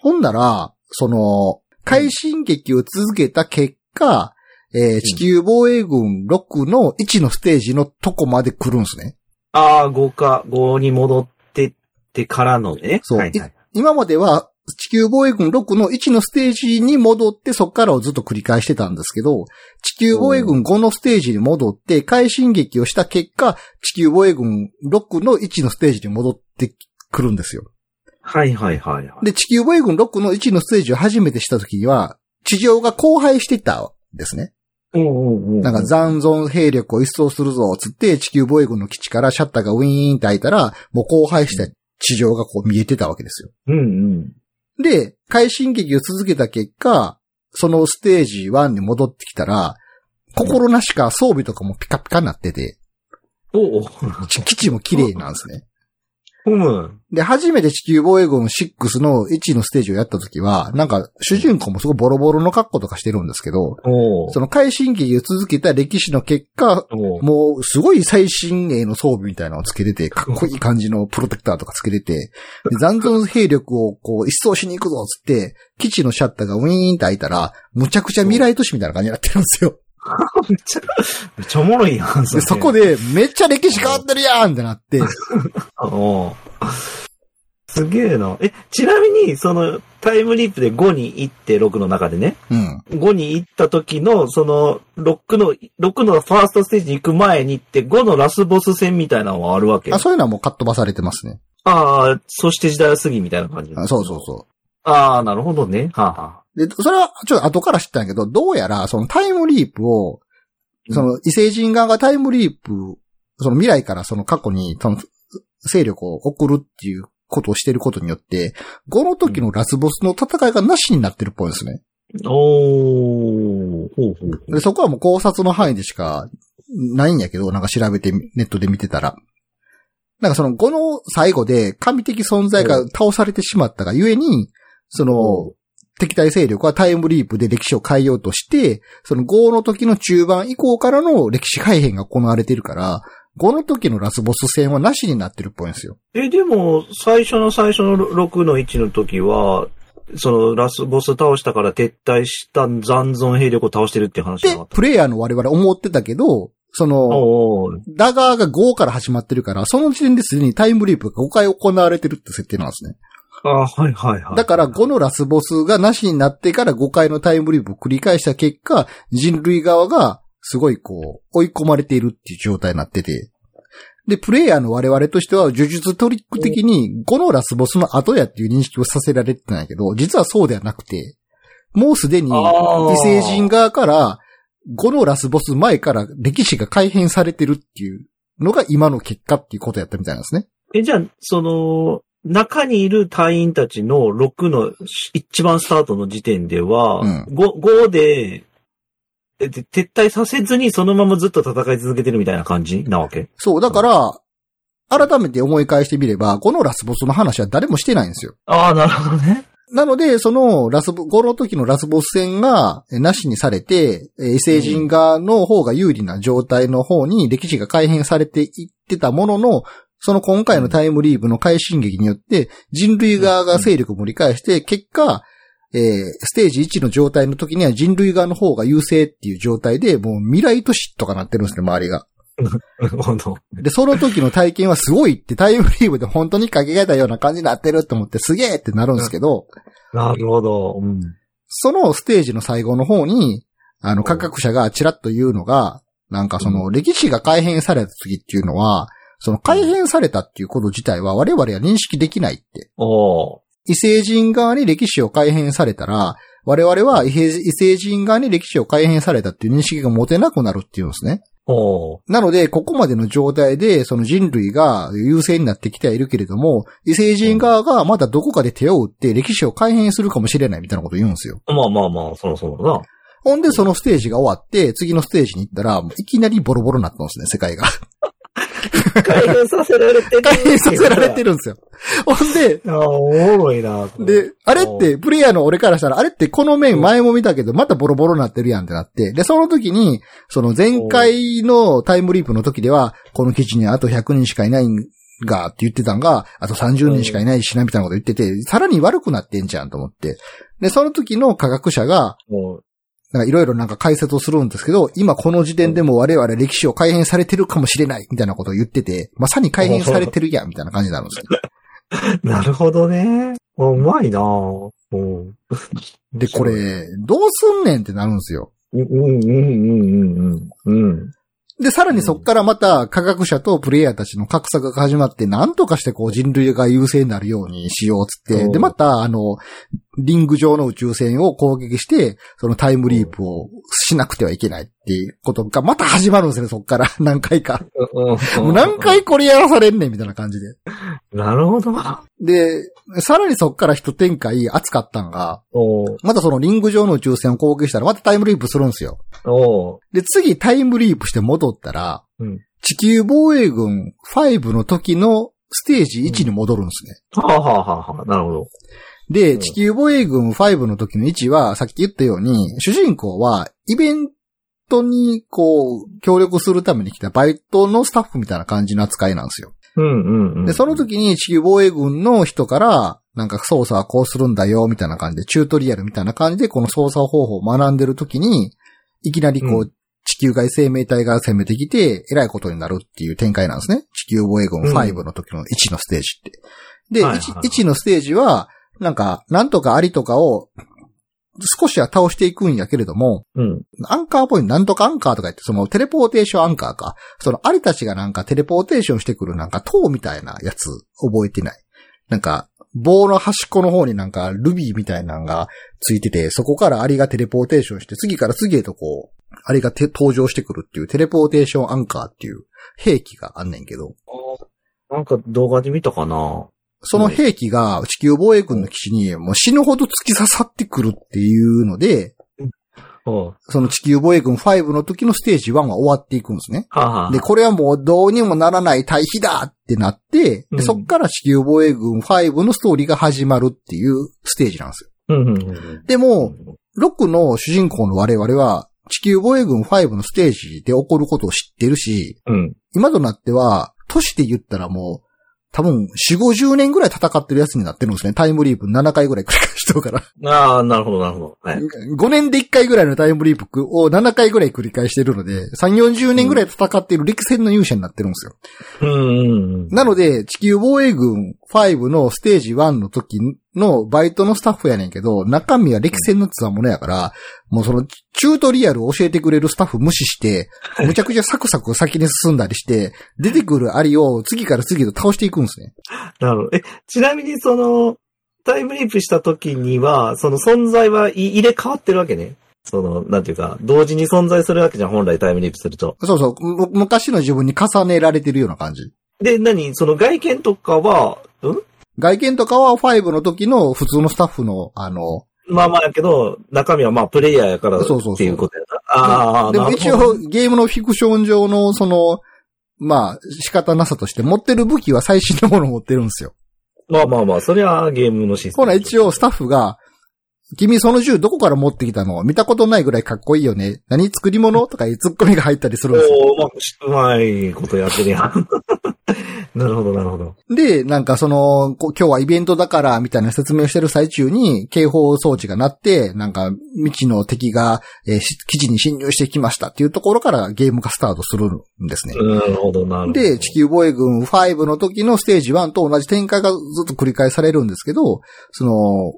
Speaker 1: ほんなら、その、快進撃を続けた結果、えー地球防衛軍6の1のステージのとこまで来るんですね。
Speaker 2: ああ、5か、5に戻ってってからのね。
Speaker 1: そう
Speaker 2: はい、はい。
Speaker 1: 今までは、地球防衛軍6の1のステージに戻って、そっからをずっと繰り返してたんですけど、地球防衛軍5のステージに戻って、快進撃をした結果、地球防衛軍6の1のステージに戻ってくるんですよ。
Speaker 2: はい、はい、はいはい。
Speaker 1: で、地球防衛軍6の1のステージを初めてした時には、地上が荒廃してたんですね。
Speaker 2: うんうんうん。
Speaker 1: なんか残存兵力を一掃するぞ、つって地球防衛軍の基地からシャッターがウィーンって開いたら、もう荒廃した地上がこう見えてたわけですよ。
Speaker 2: うんうん。
Speaker 1: で、快進撃を続けた結果、そのステージ1に戻ってきたら、心なしか装備とかもピカピカになって
Speaker 2: [LAUGHS]
Speaker 1: て、
Speaker 2: おお。
Speaker 1: 基地も綺麗なんですね。
Speaker 2: ふむ。
Speaker 1: で、初めて地球防衛軍6の1のステージをやった時は、なんか主人公もすごいボロボロの格好とかしてるんですけど、
Speaker 2: おお。
Speaker 1: その快進撃を続けた歴史の結果、
Speaker 2: おう
Speaker 1: もう、すごい最新鋭の装備みたいなのをつけてて、かっこいい感じのプロテクターとかつけてて、で残存兵力をこう、一掃しに行くぞっつって、基地のシャッターがウィーンって開いたら、むちゃくちゃ未来都市みたいな感じになってるんですよ。
Speaker 2: めっちゃ、めっちゃおもろいやん。
Speaker 1: で、そこ
Speaker 2: で。
Speaker 1: で、めっちゃ歴史変わってるやんってなって、
Speaker 2: おうすげえな。え、ちなみに、その、タイムリープで5に行って6の中でね、
Speaker 1: うん。
Speaker 2: 5に行った時の、その、6の、6のファーストステージに行く前に行って、5のラスボス戦みたいなのはあるわけ。
Speaker 1: あ
Speaker 2: あ
Speaker 1: そういうのはもうかっ飛ばされてますね。
Speaker 2: あー、そして時代は過ぎみたいな感じ。
Speaker 1: あそうそうそ
Speaker 2: ああ、なるほどね。はあ、は
Speaker 1: う。で、それはちょっと後から知ったんやけど、どうやら、そのタイムリープを、その異星人側がタイムリープ、その未来からその過去に、その勢力を送るっていうことをしてることによって、5の時のラスボスの戦いがなしになってるっぽいんですね。
Speaker 2: あ。おー、ほうほうほ
Speaker 1: で、
Speaker 2: う。
Speaker 1: そこはもう考察の範囲でしかないんやけど、なんか調べてみネットで見てたら。なんかその5の最後で神的存在が倒されてしまったがゆえに、その、敵対勢力はタイムリープで歴史を変えようとして、その5の時の中盤以降からの歴史改変が行われてるから、5の時のラスボス戦はなしになってるっぽいんですよ。
Speaker 2: え、でも、最初の最初の6の1の時は、その、ラスボス倒したから撤退した残存兵力を倒してるっていう話
Speaker 1: で
Speaker 2: なかっ、た。
Speaker 1: プレイヤーの我々思ってたけど、その、
Speaker 2: おうおう
Speaker 1: ダガーが5から始まってるから、その時点ですでにタイムリープが5回行われてるって設定なんですね。
Speaker 2: あーはいはいはい。
Speaker 1: だから5のラスボスがなしになってから5回のタイムリープを繰り返した結果、人類側がすごいこう、追い込まれているっていう状態になってて。で、プレイヤーの我々としては、呪術トリック的に5のラスボスの後やっていう認識をさせられてたんやけど、実はそうではなくて、もうすでに異
Speaker 2: あー
Speaker 1: 星人側から5のラスボス前から歴史が改変されてるっていうのが今の結果っていうことやったみたいなんですね。
Speaker 2: え、じゃあ、その、中にいる隊員たちの6のし一番スタートの時点では、
Speaker 1: うん
Speaker 2: 五 5, で、えで撤退させずにそのままずっと戦い続けてるみたいな感じなわけ
Speaker 1: そう、だから、改めて思い返してみれば、このラスボスの話は誰もしてないんですよ。
Speaker 2: [LAUGHS] ああ、なるほどね。
Speaker 1: なので、そのラスボ、ゴロの時のラスボス戦がえなしにされて、えー異星人側の方が有利な状態の方に歴史が改変されていってたものの、その今回のタイムリーブの快進撃によって、人類側が勢力を盛り返して、結果、えーステージ1の状態の時には人類側の方が優勢っていう状態で、もう未来都市とかなってるんですね、周りが。
Speaker 2: ほんと。
Speaker 1: で、その時の体験はすごいって、タイムリーブで本当にかけがえたような感じになってるって思って、すげえってなるんですけど、
Speaker 2: なるほど。うん。
Speaker 1: そのステージの最後の方に、あの、科学者がちらっと言うのが、なんかその、歴史が改変された時っていうのは、その改変されたっていうこと自体は我々は認識できないって。
Speaker 2: おー
Speaker 1: 異星人側に歴史を改変されたら、我々は異星異星人側に歴史を改変されたっていう認識が持てなくなるっていうんですね。
Speaker 2: おー
Speaker 1: なので、ここまでの状態で、その人類が優勢になってきてはいるけれども、異星人側がまだどこかで手を打って歴史を改変するかもしれないみたいなこと言うんですよ。
Speaker 2: まあまあまあ、そろそろ
Speaker 1: ほんで、そのステージが終わって、次のステージに行ったら、もういきなりボロボロになったんですね、世界が。
Speaker 2: な。改変させられてる。
Speaker 1: 改変させられてるんですよ。ほんで、
Speaker 2: ああ、おもろいな。
Speaker 1: で、あれって、プレイヤーの俺からしたら、あれってこの面前も見たけど、またボロボロになってるやんってなって、で、その時に、その前回のタイムリープの時では、この記事にはあと100人しかいないんが、って言ってたんが、あと30人しかいないしな、みたいなこと言ってて、さらに悪くなってんじゃんと思って。で、その時の科学者が、
Speaker 2: もう
Speaker 1: なんかいろいろなんか解説をするんですけど、今この時点でも我々歴史を改変されてるかもしれないみたいなことを言ってて、まさに改変されてるやんみたいな感じになるんですよ。
Speaker 2: なるほどね。あうまいなうん。
Speaker 1: で、これ、どうすんねんってなるんですよ。
Speaker 2: うん、うん、うん、うん、うん。うん。
Speaker 1: で、さらにそっからまた科学者とプレイヤーたちの格差が始まって、なんとかしてこう人類が優勢になるようにしようっつって、
Speaker 2: うん
Speaker 1: で、またあの、リング上の宇宙船を攻撃して、そのタイムリープをしなくてはいけないっていうことがまた始まるんですね、そっから。 [LAUGHS] 何回か。もう何回これやらされんねんみたいな感じで。
Speaker 2: なるほど。
Speaker 1: で、さらにそっから一展開熱かったんが、
Speaker 2: おう
Speaker 1: またそのリング上の宇宙船を攻撃したらまたタイムリープするんですよ。
Speaker 2: おう
Speaker 1: で、次タイムリープして戻ったら、
Speaker 2: うん
Speaker 1: 地球防衛軍5の時のステージ1に戻るんですね。
Speaker 2: はあ、はあはあはあ、なるほど。
Speaker 1: で、
Speaker 2: うん
Speaker 1: 地球防衛軍5の時の位置は、さっき言ったように、主人公はイベントにこう、協力するために来たバイトのスタッフみたいな感じの扱いなんですよ。
Speaker 2: うん、うん、うん。
Speaker 1: で、その時に地球防衛軍の人から、なんか操作はこうするんだよ、みたいな感じで、チュートリアルみたいな感じで、この操作方法を学んでる時に、いきなりこう、
Speaker 2: う
Speaker 1: 地球外生命体が攻めてきて、えらいことになるっていう展開なんですね。地球防衛軍5の時の1のステージって。で、
Speaker 2: はいはいはい
Speaker 1: 1, のステージは、なんか、なんとかアリとかを、少しは倒していくんやけれども、
Speaker 2: うん。
Speaker 1: アンカーポイント、なんとかアンカーとか言って、そのテレポーテーションアンカーか。そのアリたちがなんかテレポーテーションしてくるなんか塔みたいなやつ覚えてない。なんか、棒の端っこの方になんかルビーみたいなのがついてて、そこからアリがテレポーテーションして、次から次へとこう、アリがて登場してくるっていうテレポーテーションアンカーっていう兵器があんねんけど、
Speaker 2: なんか動画で見たかな
Speaker 1: その兵器が地球防衛軍の基地にもう死ぬほど突き刺さってくるっていうので、
Speaker 2: おう
Speaker 1: その地球防衛軍5の時のステージ1は終わっていくんですね。
Speaker 2: はあ、はあ
Speaker 1: で、、これはもうどうにもならない対比だってなって、
Speaker 2: う
Speaker 1: で
Speaker 2: ん
Speaker 1: そっから地球防衛軍5のストーリーが始まるっていうステージなんですよ。
Speaker 2: うん、うんうん。
Speaker 1: でも、6の主人公の我々は、地球防衛軍5のステージで起こることを知ってるし、
Speaker 2: うん。
Speaker 1: 今となっては、都市で言ったらもう、多分、4、50年ぐらい戦ってるやつになってるんですね。タイムリープ7回ぐらい繰り返してるから。 [LAUGHS]
Speaker 2: ああ、なるほど、なるほど。はい。
Speaker 1: 5年で1回ぐらいのタイムリープを7回ぐらい繰り返してるので、3、40年ぐらい戦っている歴戦の勇者になってるんですよ。
Speaker 2: うん、うん、うん。
Speaker 1: なので、地球防衛軍5のステージ1の時のバイトのスタッフやねんけど、中身は歴戦の強者やから、もうそのチュートリアルを教えてくれるスタッフ無視して、むちゃくちゃサクサク先に進んだりして、出てくるアリを次から次へと倒していくんですね。
Speaker 2: なるほど。え、ちなみにその、タイムリープした時には、その存在はい入れ替わってるわけね。その、なんていうか、同時に存在するわけじゃん、本来タイムリープすると。
Speaker 1: そうそう、む昔の自分に重ねられてるような感じ。
Speaker 2: で、何その外見とかは、うん
Speaker 1: 外見とかは5の時の普通のスタッフの、あの、
Speaker 2: まあまあやけど、中身はまあプレイヤーやから
Speaker 1: そうそうそう
Speaker 2: っていうことやな。ああ、
Speaker 1: で
Speaker 2: な
Speaker 1: も
Speaker 2: る
Speaker 1: 一
Speaker 2: ほど。
Speaker 1: 応ゲームのフィクション上のその、まあ仕方なさとして持ってる武器は最新のものを持ってるんですよ。
Speaker 2: まあまあまあ、それはゲームのシステ
Speaker 1: ほ
Speaker 2: ム。
Speaker 1: ら、一応スタッフが、君その銃どこから持ってきたの見たことないぐらいかっこいいよね。何作り物とかいうツッコミが入ったりするんですよ。
Speaker 2: おー、まあ、うまいことやってるやん。 [LAUGHS] なるほど、なるほど。
Speaker 1: で、なんかその、こ今日はイベントだから、みたいな説明をしてる最中に、警報装置が鳴って、なんか、未知の敵が、えーし基地に侵入してきましたっていうところからゲームがスタートするんですね。
Speaker 2: なるほど、なるほど。
Speaker 1: で、地球防衛軍5の時のステージ1と同じ展開がずっと繰り返されるんですけど、その、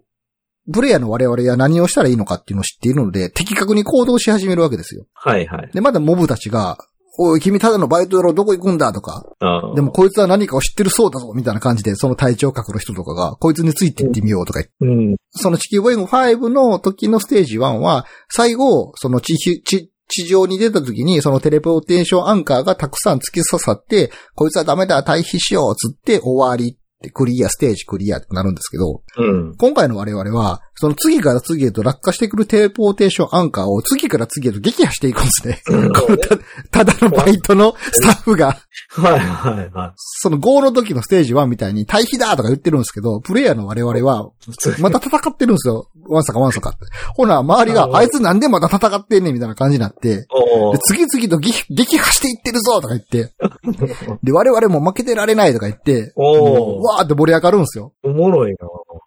Speaker 1: プレイヤーの我々は何をしたらいいのかっていうのを知っているので、的確に行動し始めるわけですよ。
Speaker 2: はいはい。
Speaker 1: で、まだモブたちが、おい、君ただのバイトだろ、どこ行くんだとか、
Speaker 2: あ
Speaker 1: でも、こいつは何かを知ってるそうだぞ、みたいな感じで、その体調格の人とかが、こいつについて行ってみようとか言って
Speaker 2: うん。
Speaker 1: その地球防衛軍5の時のステージ1は、最後、その地球、地、地上に出た時に、そのテレポーテーションアンカーがたくさん突き刺さって、こいつはダメだ、退避しよう、つって終わりって、クリア、ステージクリアってなるんですけど、
Speaker 2: うん。
Speaker 1: 今回の我々は、その次から次へと落下してくるテレポーテーションアンカーを次から次へと撃破していくんですね。このたただのバイトのスタッフが。
Speaker 2: はいはいは
Speaker 1: その5の時のステージ1みたいに退避だとか言ってるんですけど、プレイヤーの我々は、
Speaker 2: い。普通に
Speaker 1: また戦ってるんですよ。わんさかわんさかって。ほな、周り
Speaker 2: あ
Speaker 1: が、
Speaker 2: ー
Speaker 1: あいつなんでまた戦ってんねんみたいな感じになって、
Speaker 2: お
Speaker 1: で
Speaker 2: ー
Speaker 1: 次々と撃撃破していってるぞとか言
Speaker 2: [LAUGHS]
Speaker 1: って、で、我々も負けてられないとか言って、
Speaker 2: おー
Speaker 1: わーって盛り上がるんですよ。
Speaker 2: おもろいな。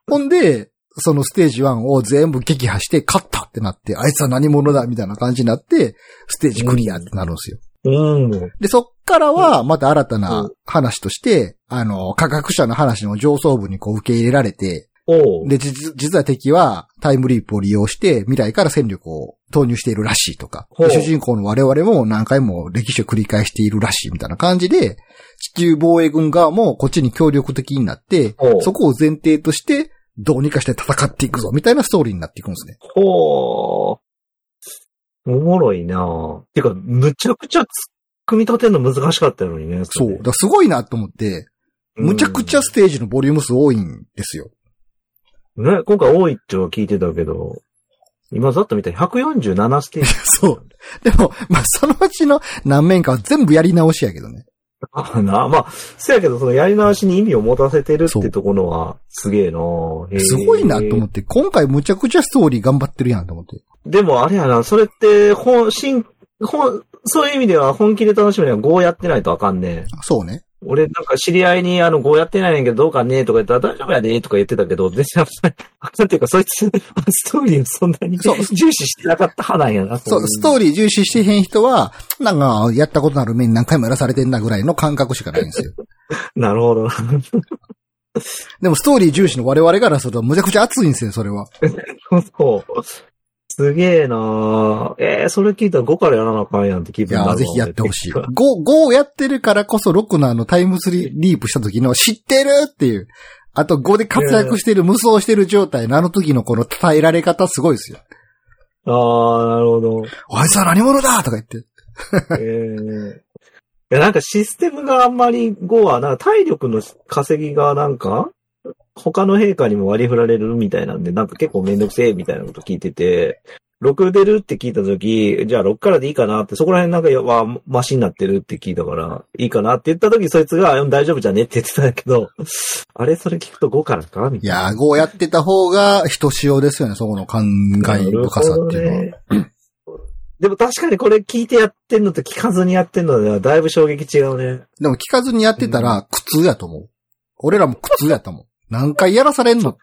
Speaker 1: ほんで、そのステージ1を全部撃破して勝ったってなって、あいつは何者だみたいな感じになって、ステージクリアってなるんですよ。
Speaker 2: うん。
Speaker 1: で、そっからは、また新たな話として、あの、科学者の話の上層部にこう受け入れられて、
Speaker 2: おー
Speaker 1: で、実実は敵はタイムリープを利用して未来から戦力を投入しているらしいとか、
Speaker 2: ほう
Speaker 1: で主人公の我々も何回も歴史を繰り返しているらしいみたいな感じで、地球防衛軍側もこっちに協力的になって
Speaker 2: ほ、う
Speaker 1: そこを前提としてどうにかして戦っていくぞみたいなストーリーになっていくんですね。
Speaker 2: ほー。おもろいなてか、むちゃくちゃ組み立てるの難しかったのにね。
Speaker 1: そう。だ
Speaker 2: れ
Speaker 1: からすごいなと思って、むちゃくちゃステージのボリューム数多いんですよ。 [LAUGHS]
Speaker 2: うんね、今回多いっては聞いてたけど、今ざっと見たら147ステージ。
Speaker 1: そう。でも、まあ、そのうちの何面かは全部やり直しやけどね。
Speaker 2: [LAUGHS] あな、まあ、せやけど、そのやり直しに意味を持たせてるっ
Speaker 1: そう
Speaker 2: てところは、すげえなへえ
Speaker 1: すごいなと思って、今回むちゃくちゃストーリー頑張ってるやんと思って。
Speaker 2: でもあれやな、それって、本、新、本、そういう意味では本気で楽しむには5やってないとあかんね。
Speaker 1: そうね。
Speaker 2: 俺なんか知り合いにあの5やってないねんけどどうかねとか言ったら大丈夫やでとか言ってたけど、全然あんまり、なんていうかそいつ、 [LAUGHS] ストーリーをそんなに [LAUGHS]
Speaker 1: そう
Speaker 2: 重視してなかった派なんやな。
Speaker 1: そう、ストーリー重視してへん人は、なんか、やったことのある面何回もやらされてんなぐらいの感覚しかないんですよ。 [LAUGHS]
Speaker 2: なるほど。
Speaker 1: でも、ストーリー重視の我々からすると、むちゃくちゃ熱いんですよ、それは。
Speaker 2: そう。すげえなーえー、それ聞いたら5からやらなあかんやんって気
Speaker 1: い
Speaker 2: 分になる
Speaker 1: や、
Speaker 2: わ
Speaker 1: ぜひやってほしい。 [LAUGHS]
Speaker 2: う
Speaker 1: 5、5をやってるからこそ、6のあの、タイムスリリープした時の、知ってるっていう。あと、5で活躍してる、無双してる状態のあの時のこの伝えられ方すごいですよ。
Speaker 2: んあー、なるほど。
Speaker 1: あいつは何者だとか言って。
Speaker 2: えーいや、なんかシステムがあんまり5は、なんか体力の稼ぎがなんか、他の陛下にも割り振られるみたいなんで、なんか結構めんどくせえみたいなこと聞いてて、6出るって聞いたとき、じゃあ6からでいいかなって、そこら辺なんかやはマシになってるって聞いたから、いいかなって言ったとき、そいつが、うん大丈夫じゃねって言ってたんやけど、あれそれ聞くと5からかみ
Speaker 1: い
Speaker 2: たいな。
Speaker 1: やー、5やってた方が、人仕様ですよね、そこの考え深さっていうのは。
Speaker 2: なるほどねでも確かにこれ聞いてやってんのと聞かずにやってんのでは、だいぶ衝撃違うね。
Speaker 1: でも聞かずにやってたら苦痛やと思う。俺らも苦痛やと思う。何回やらされんのって。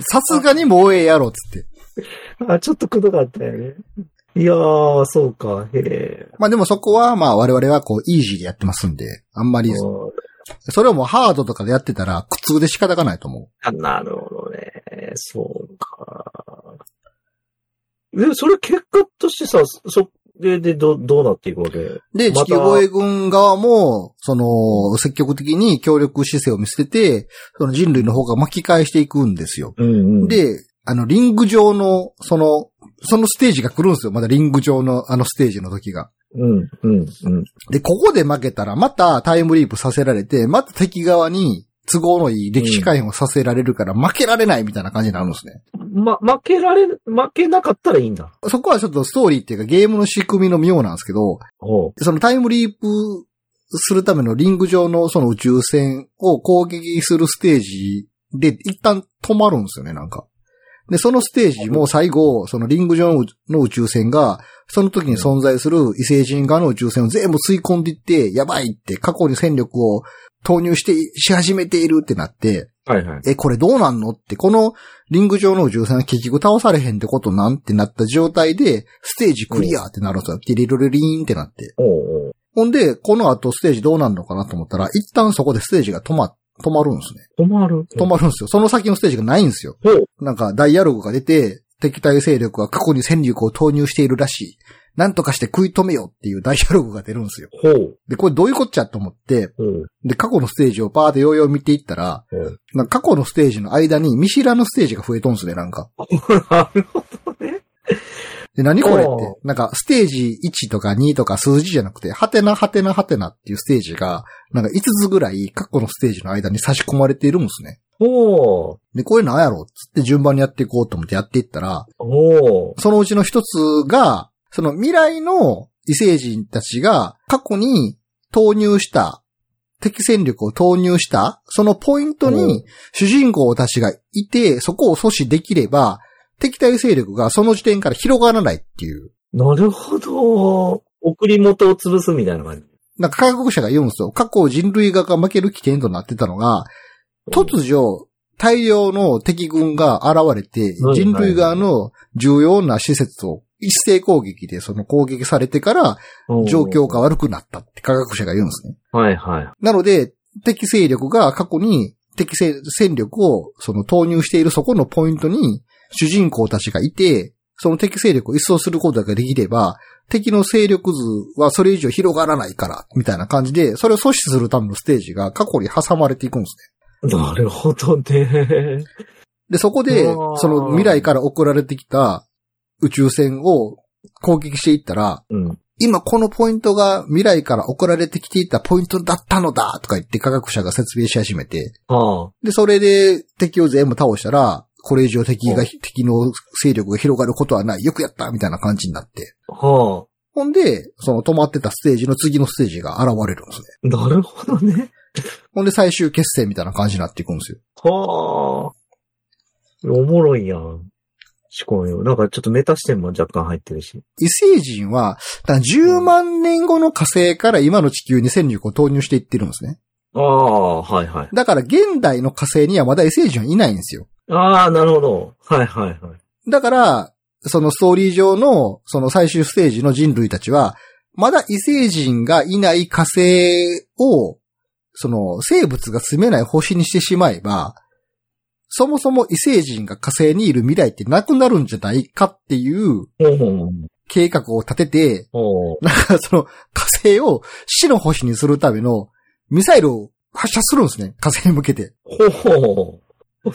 Speaker 1: さすがにもうええやろ、つって。
Speaker 2: あ、ちょっとくどかったよね。いやー、そうか、へえ。
Speaker 1: まあでもそこは、まあ我々はこう、イージーでやってますんで、あんまり、それをもうハードとかでやってたら苦痛で仕方がないと思
Speaker 2: あなるほどね。そうか。で、それ結果としてさ、それでどどうなっていくわけ
Speaker 1: う。で、
Speaker 2: また
Speaker 1: 地球防衛軍側も、その、積極的に協力姿勢を見せてて、その人類の方が巻き返していくんですよ。
Speaker 2: うんうん。、
Speaker 1: で、あの、リング上の、その、そのステージが来るんですよ。まだリング上のあのステージの時が。
Speaker 2: うんうんうん。
Speaker 1: で、ここで負けたらまたタイムリープさせられて、また敵側に都合のいい歴史改変をさせられるから負けられないみたいな感じになるんですね。
Speaker 2: ま、負けられ、負けなかったらいいんだ。
Speaker 1: そこはちょっとストーリーっていうかゲームの仕組みの妙なんですけど、
Speaker 2: おう。
Speaker 1: そのタイムリープするためのリング上のその宇宙船を攻撃するステージで一旦止まるんですよね、なんか。で、そのステージも最後、そのリング上の宇の宇宙船が、その時に存在する異星人側の宇宙船を全部吸い込んでいって、やばいって過去に戦力を投入して、し始めているってなって、
Speaker 2: はいはい。
Speaker 1: え、これどうなんのって、このリング上の宇宙船は結局倒されへんってことなんってなった状態で、ステージクリアってなるんですよ。リリリリーンってなって。
Speaker 2: おうおう
Speaker 1: ほんで、この後ステージどうなるのかなと思ったら、一旦そこでステージが止ま、止まるんですね。
Speaker 2: 止まる
Speaker 1: 止まるんですよ。その先のステージがないんですよ。
Speaker 2: ほう。
Speaker 1: なんか、ダイアログが出て、敵対勢力は過去に戦力を投入しているらしい。なんとかして食い止めようっていうダイアログが出るんですよ。
Speaker 2: ほう。
Speaker 1: で、これどういうこっちゃと思って、
Speaker 2: ほう。
Speaker 1: で、過去のステージをパーってようよう見ていったら、
Speaker 2: ほ [LAUGHS] う。
Speaker 1: なんか過去のステージの間に見知らぬステージが増えとんすね、なんか。
Speaker 2: なるほどね。
Speaker 1: で、何これっ
Speaker 2: お
Speaker 1: て。なんか、ステージ1とか2とか数字じゃなくて、ハテナハテナハテナっていうステージが、なんか5つぐらい過去のステージの間に差し込まれているんですね。
Speaker 2: ほう。
Speaker 1: で、これなんやろうっつって順番にやっていこうと思ってやっていったら、
Speaker 2: ほう。
Speaker 1: そのうちの一つが、その未来の異星人たちが過去に投入した、敵戦力を投入した、そのポイント
Speaker 2: う
Speaker 1: に
Speaker 2: ん
Speaker 1: 主人公たちがいて、そこを阻止できれば、敵対勢力がその時点から広がらないっていう。
Speaker 2: なるほど。送り元を潰すみたいな感じ。
Speaker 1: なんか科学者が言うんですよ。過去人類側が負ける危険となってたのが、突如、大量の敵軍が現れて
Speaker 2: は、い
Speaker 1: 人類側の重要な施設を一斉攻撃でその攻撃されてから、状況が
Speaker 2: は。
Speaker 1: 悪くなったって科学者が言うんですね。
Speaker 2: はいはい。
Speaker 1: なので、敵勢力が過去に敵勢戦力をその投入しているそこのポイントに主人公たちがいて、その敵勢力を一掃することができれば、敵の勢力図はそれ以上広がらないから、みたいな感じで、それを阻止するためのステージが過去に挟まれていくんですね。
Speaker 2: なるほどね。
Speaker 1: で、そこで
Speaker 2: うわ、ー
Speaker 1: その未来から送られてきた宇宙船を攻撃していったら、
Speaker 2: うん。
Speaker 1: 今このポイントが未来から送られてきていたポイントだったのだとか言って科学者が説明し始めて、
Speaker 2: はあ。
Speaker 1: で、それで敵を全部倒したら、これ以上敵が、敵の勢力が広がることはない。よくやったみたいな感じになって。
Speaker 2: はあ。
Speaker 1: ほんで、その止まってたステージの次のステージが現れるんですね。
Speaker 2: なるほどね。
Speaker 1: ほんで最終決戦みたいな感じになっていくんですよ。
Speaker 2: はあ。おもろいやん。思考よ。なんかちょっとメタ視点も若干入ってるし。
Speaker 1: 異星人は、だから10万年後の火星から今の地球に戦力を投入していってるんですね。
Speaker 2: ああ、はいはい。
Speaker 1: だから現代の火星にはまだ異星人はいないんですよ。
Speaker 2: ああ、なるほど。はいはいはい。
Speaker 1: だから、そのストーリー上の、その最終ステージの人類たちは、まだ異星人がいない火星を、その生物が住めない星にしてしまえば、そもそも異星人が火星にいる未来ってなくなるんじゃないかっていう
Speaker 2: ほうほう
Speaker 1: 計画を立てて、 [LAUGHS]
Speaker 2: ほう。
Speaker 1: その火星を死の星にするためのミサイルを発射するんですね。火星に向けて。
Speaker 2: ほうほうほう。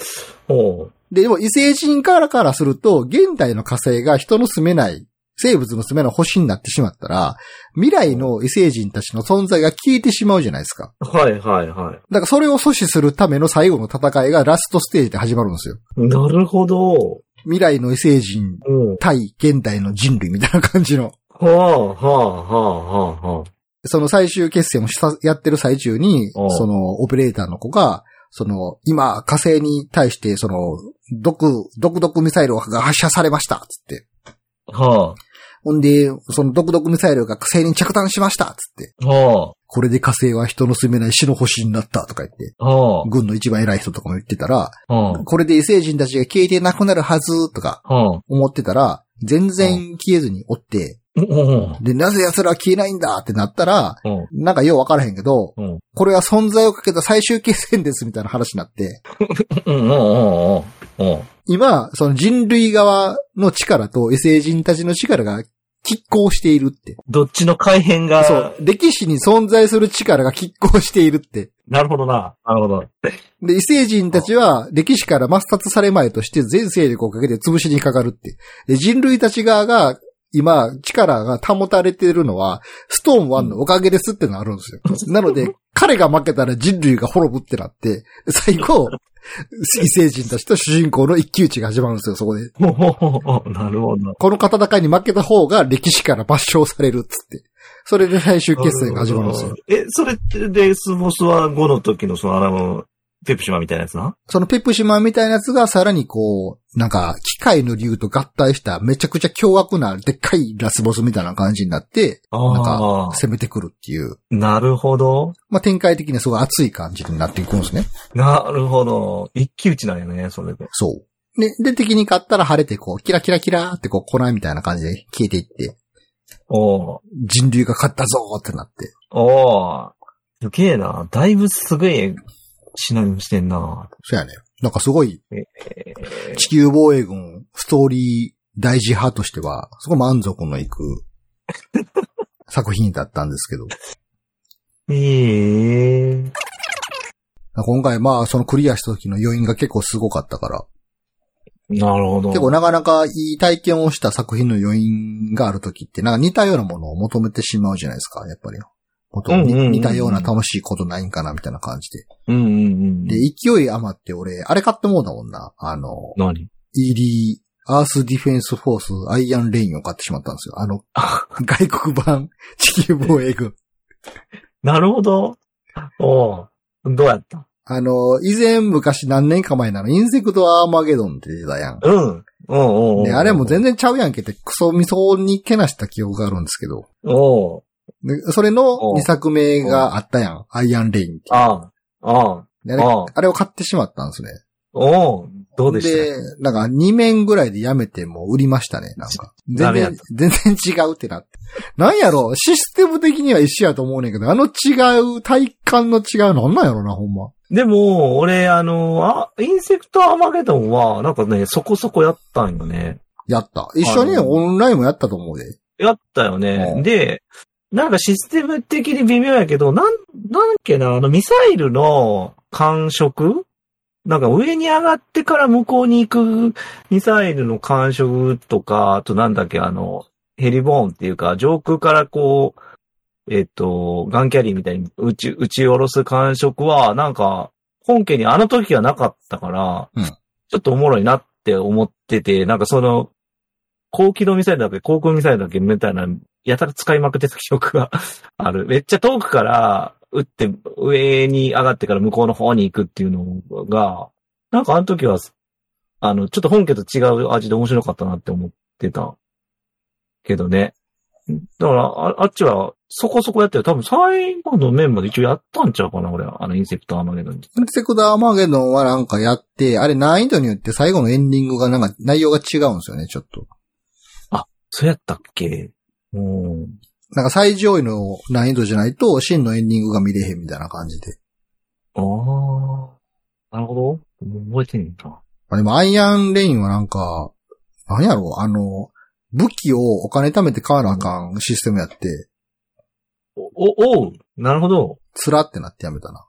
Speaker 2: ほう。
Speaker 1: で、でも異星人からからすると、現代の火星が人の住めない、生物の住めない星になってしまったら、未来の異星人たちの存在が消えてしまうじゃないですか。
Speaker 2: はいはいはい。
Speaker 1: だからそれを阻止するための最後の戦いがラストステージで始まるんですよ。
Speaker 2: なるほど。
Speaker 1: 未来の異星人
Speaker 2: うん。
Speaker 1: 対現代の人類みたいな感じの。
Speaker 2: はあ、はあ、はあ、はあ、は
Speaker 1: その最終決戦をしたやってる最中に、
Speaker 2: うん
Speaker 1: そのオペレーターの子が、その今火星に対してその毒、毒毒ミサイルが発射されました、つって。
Speaker 2: あ。は
Speaker 1: ほんで、その毒毒ミサイルが火星に着弾しましたっつって。
Speaker 2: あ、は
Speaker 1: これで火星は人の住めない死の星になったとか言って。
Speaker 2: あ、は
Speaker 1: 軍の一番偉い人とかも言ってたら、
Speaker 2: あ、は
Speaker 1: これで異星人たちが消えてなくなるはずとか
Speaker 2: あ、はあ。
Speaker 1: 思ってたら、全然消えずにおって、
Speaker 2: うん。
Speaker 1: で、なぜ奴らは消えないんだってなったら、
Speaker 2: うん。
Speaker 1: なんかようわからへんけど、
Speaker 2: うん。
Speaker 1: これは存在をかけた最終決戦ですみたいな話になって、
Speaker 2: うん。うん。うん。
Speaker 1: 今、その人類側の力と異星人たちの力が拮抗しているって。
Speaker 2: どっちの改変が、
Speaker 1: そう。歴史に存在する力が拮抗しているって。
Speaker 2: なるほどな。なるほど。
Speaker 1: で、異星人たちは歴史から抹殺されまいとして全勢力をかけて潰しにかかるって。で、人類たち側が今、力が保たれてるのは、ストーン1のおかげですってのあるんですよ。なので、彼が負けたら人類が滅ぶってなって、最後、異星人たちと主人公の一騎打ちが始まるんですよ、そこで。
Speaker 2: ほうほうほうほうなるほど。
Speaker 1: この戦いに負けた方が歴史から抹消されるっつって。それで最終決戦が始まるんですよ。
Speaker 2: え、それって、レスボスは5の時のそのアラム、ペプシマみたいなやつな
Speaker 1: そのペプシマンみたいなやつがさらにこう、なんか、機械の竜と合体しためちゃくちゃ凶悪なでっかいラスボスみたいな感じになって、なん
Speaker 2: あ
Speaker 1: か
Speaker 2: あ、
Speaker 1: 攻めてくるっていう。
Speaker 2: なるほど。
Speaker 1: まあ、展開的にはすごい熱い感じになっていくんですね。
Speaker 2: なるほど。一騎打ちなんやね、それで。
Speaker 1: そう。で、で、敵に勝ったら晴れてこう、キラキラキラーってこう、粉みたいな感じで消えていって、
Speaker 2: おー
Speaker 1: 人類が勝ったぞーってなって。
Speaker 2: おーすげえな。だいぶすげえ、しなみしてんな。
Speaker 1: そうやね。なんかすごい
Speaker 2: え
Speaker 1: 地球防衛軍、ストーリー大事派としては、すごい満足のいく作品だったんですけど。
Speaker 2: ー、えー
Speaker 1: 今回まあ、そのクリアした時の余韻が結構すごかったから、
Speaker 2: なるほど。
Speaker 1: 結構なかなかいい体験をした作品の余韻がある時って、なんか似たようなものを求めてしまうじゃないですか、やっぱり。もっと
Speaker 2: うんうんうんう
Speaker 1: に
Speaker 2: ん
Speaker 1: 似たような楽しいことないんかな、みたいな感じで。
Speaker 2: うんうんうん。
Speaker 1: で、勢い余って俺、あれ買ってもうだもんな。あの、
Speaker 2: 何
Speaker 1: ED、アースディフェンスフォース、アイアンレインを買ってしまったんですよ。あ
Speaker 2: [LAUGHS]
Speaker 1: の、外国版地球防衛軍。
Speaker 2: なるほど。おーどうやった
Speaker 1: あの、以前昔何年か前なの、インセクトアーマゲドンって出てたやん。
Speaker 2: うん。うんうんうん。
Speaker 1: で、あれも全然ちゃうやんけってクソ味噌にけなした記憶があるんですけど。
Speaker 2: おー
Speaker 1: でそれの
Speaker 2: お
Speaker 1: 2作目があったやん。アイアンレインって。
Speaker 2: ああ、ああ、
Speaker 1: であれ
Speaker 2: ああ
Speaker 1: あれを買ってしまったんですね。
Speaker 2: おーどうでし
Speaker 1: で、なんか2面ぐらいでやめてもう売りましたね、なんか。
Speaker 2: ダ
Speaker 1: 全
Speaker 2: メや
Speaker 1: 然、全然違うってなって。なんやろシステム的には一緒やと思うねんけど、あの違う、体感の違うのなんなんやろな、ほんま。
Speaker 2: たでも、俺、あの、あ、インセクトアーマゲドンは、なんかね、そこそこやったんよね。
Speaker 1: やった。一緒に
Speaker 2: あの
Speaker 1: オンラインもやったと思うで。
Speaker 2: やったよね。
Speaker 1: うん
Speaker 2: で、なんかシステム的に微妙やけど、なん、なんけな、あの、ミサイルの感触なんか上に上がってから向こうに行くミサイルの感触とか、あとなんだっけ、あの、ヘリボーンっていうか、上空からこう、えっと、ガンキャリーみたいに打ち、打ち下ろす感触は、なんか、本家にあの時はなかったから、
Speaker 1: うん
Speaker 2: ちょっとおもろいなって思ってて、なんかその、高機動ミサイルだっけ、航空ミサイルだっけ、みたいな、やたら使いまくってた記憶が [LAUGHS] ある。めっちゃ遠くから撃って、上に上がってから向こうの方に行くっていうのが、なんかあの時は、あの、ちょっと本家と違う味で面白かったなって思ってた。けどね。だから、ああっちは、そこそこやってる。多分最後の面まで一応やったんちゃうかな、俺は。あの、インセクトアーマゲドンに。
Speaker 1: インセクダーマーゲドンはなんかやって、あれ難易度によって最後のエンディングがなんか内容が違うんですよね、ちょっと。
Speaker 2: そうやったっけうん。
Speaker 1: なんか最上位の難易度じゃないと真のエンディングが見れへんみたいな感じで。
Speaker 2: ああ。なるほど。覚えてんな。
Speaker 1: まあでもアイアンレインはなんか、なんやろう、あの、武器をお金貯めて買わなあかんシステムやって、
Speaker 2: お、お、おうなるほど。
Speaker 1: つらってなってやめたな。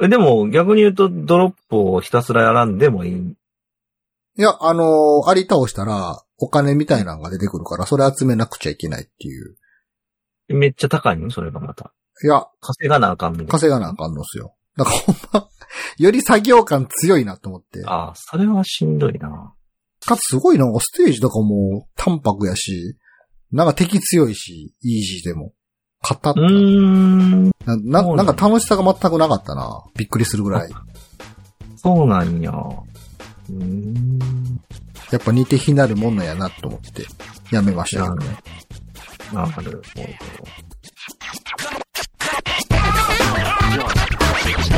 Speaker 2: え、でも、逆に言うと、ドロップをひたすら選んでもいい。
Speaker 1: いや、あの、あり倒したらお金みたいなのが出てくるから、それ集めなくちゃいけないっていう。
Speaker 2: めっちゃ高いのそれがまた。
Speaker 1: いや、
Speaker 2: 稼がなあかんみたいな。
Speaker 1: 稼がなあかんのっすよ。だからほんま、より作業感強いなと思って。
Speaker 2: ああ、それはしんどいな。
Speaker 1: かつすごいなんかステージとかも淡白やし、なんか敵強いし、イージーでも。勝ったっ
Speaker 2: う
Speaker 1: てな
Speaker 2: ーん、
Speaker 1: なな。なんか楽しさが全くなかったな。びっくりするぐらい。
Speaker 2: そうなんや。うーん。
Speaker 1: やっぱ似て非なるものやなと思って、やめましたけどね。
Speaker 2: なるほど。
Speaker 3: 「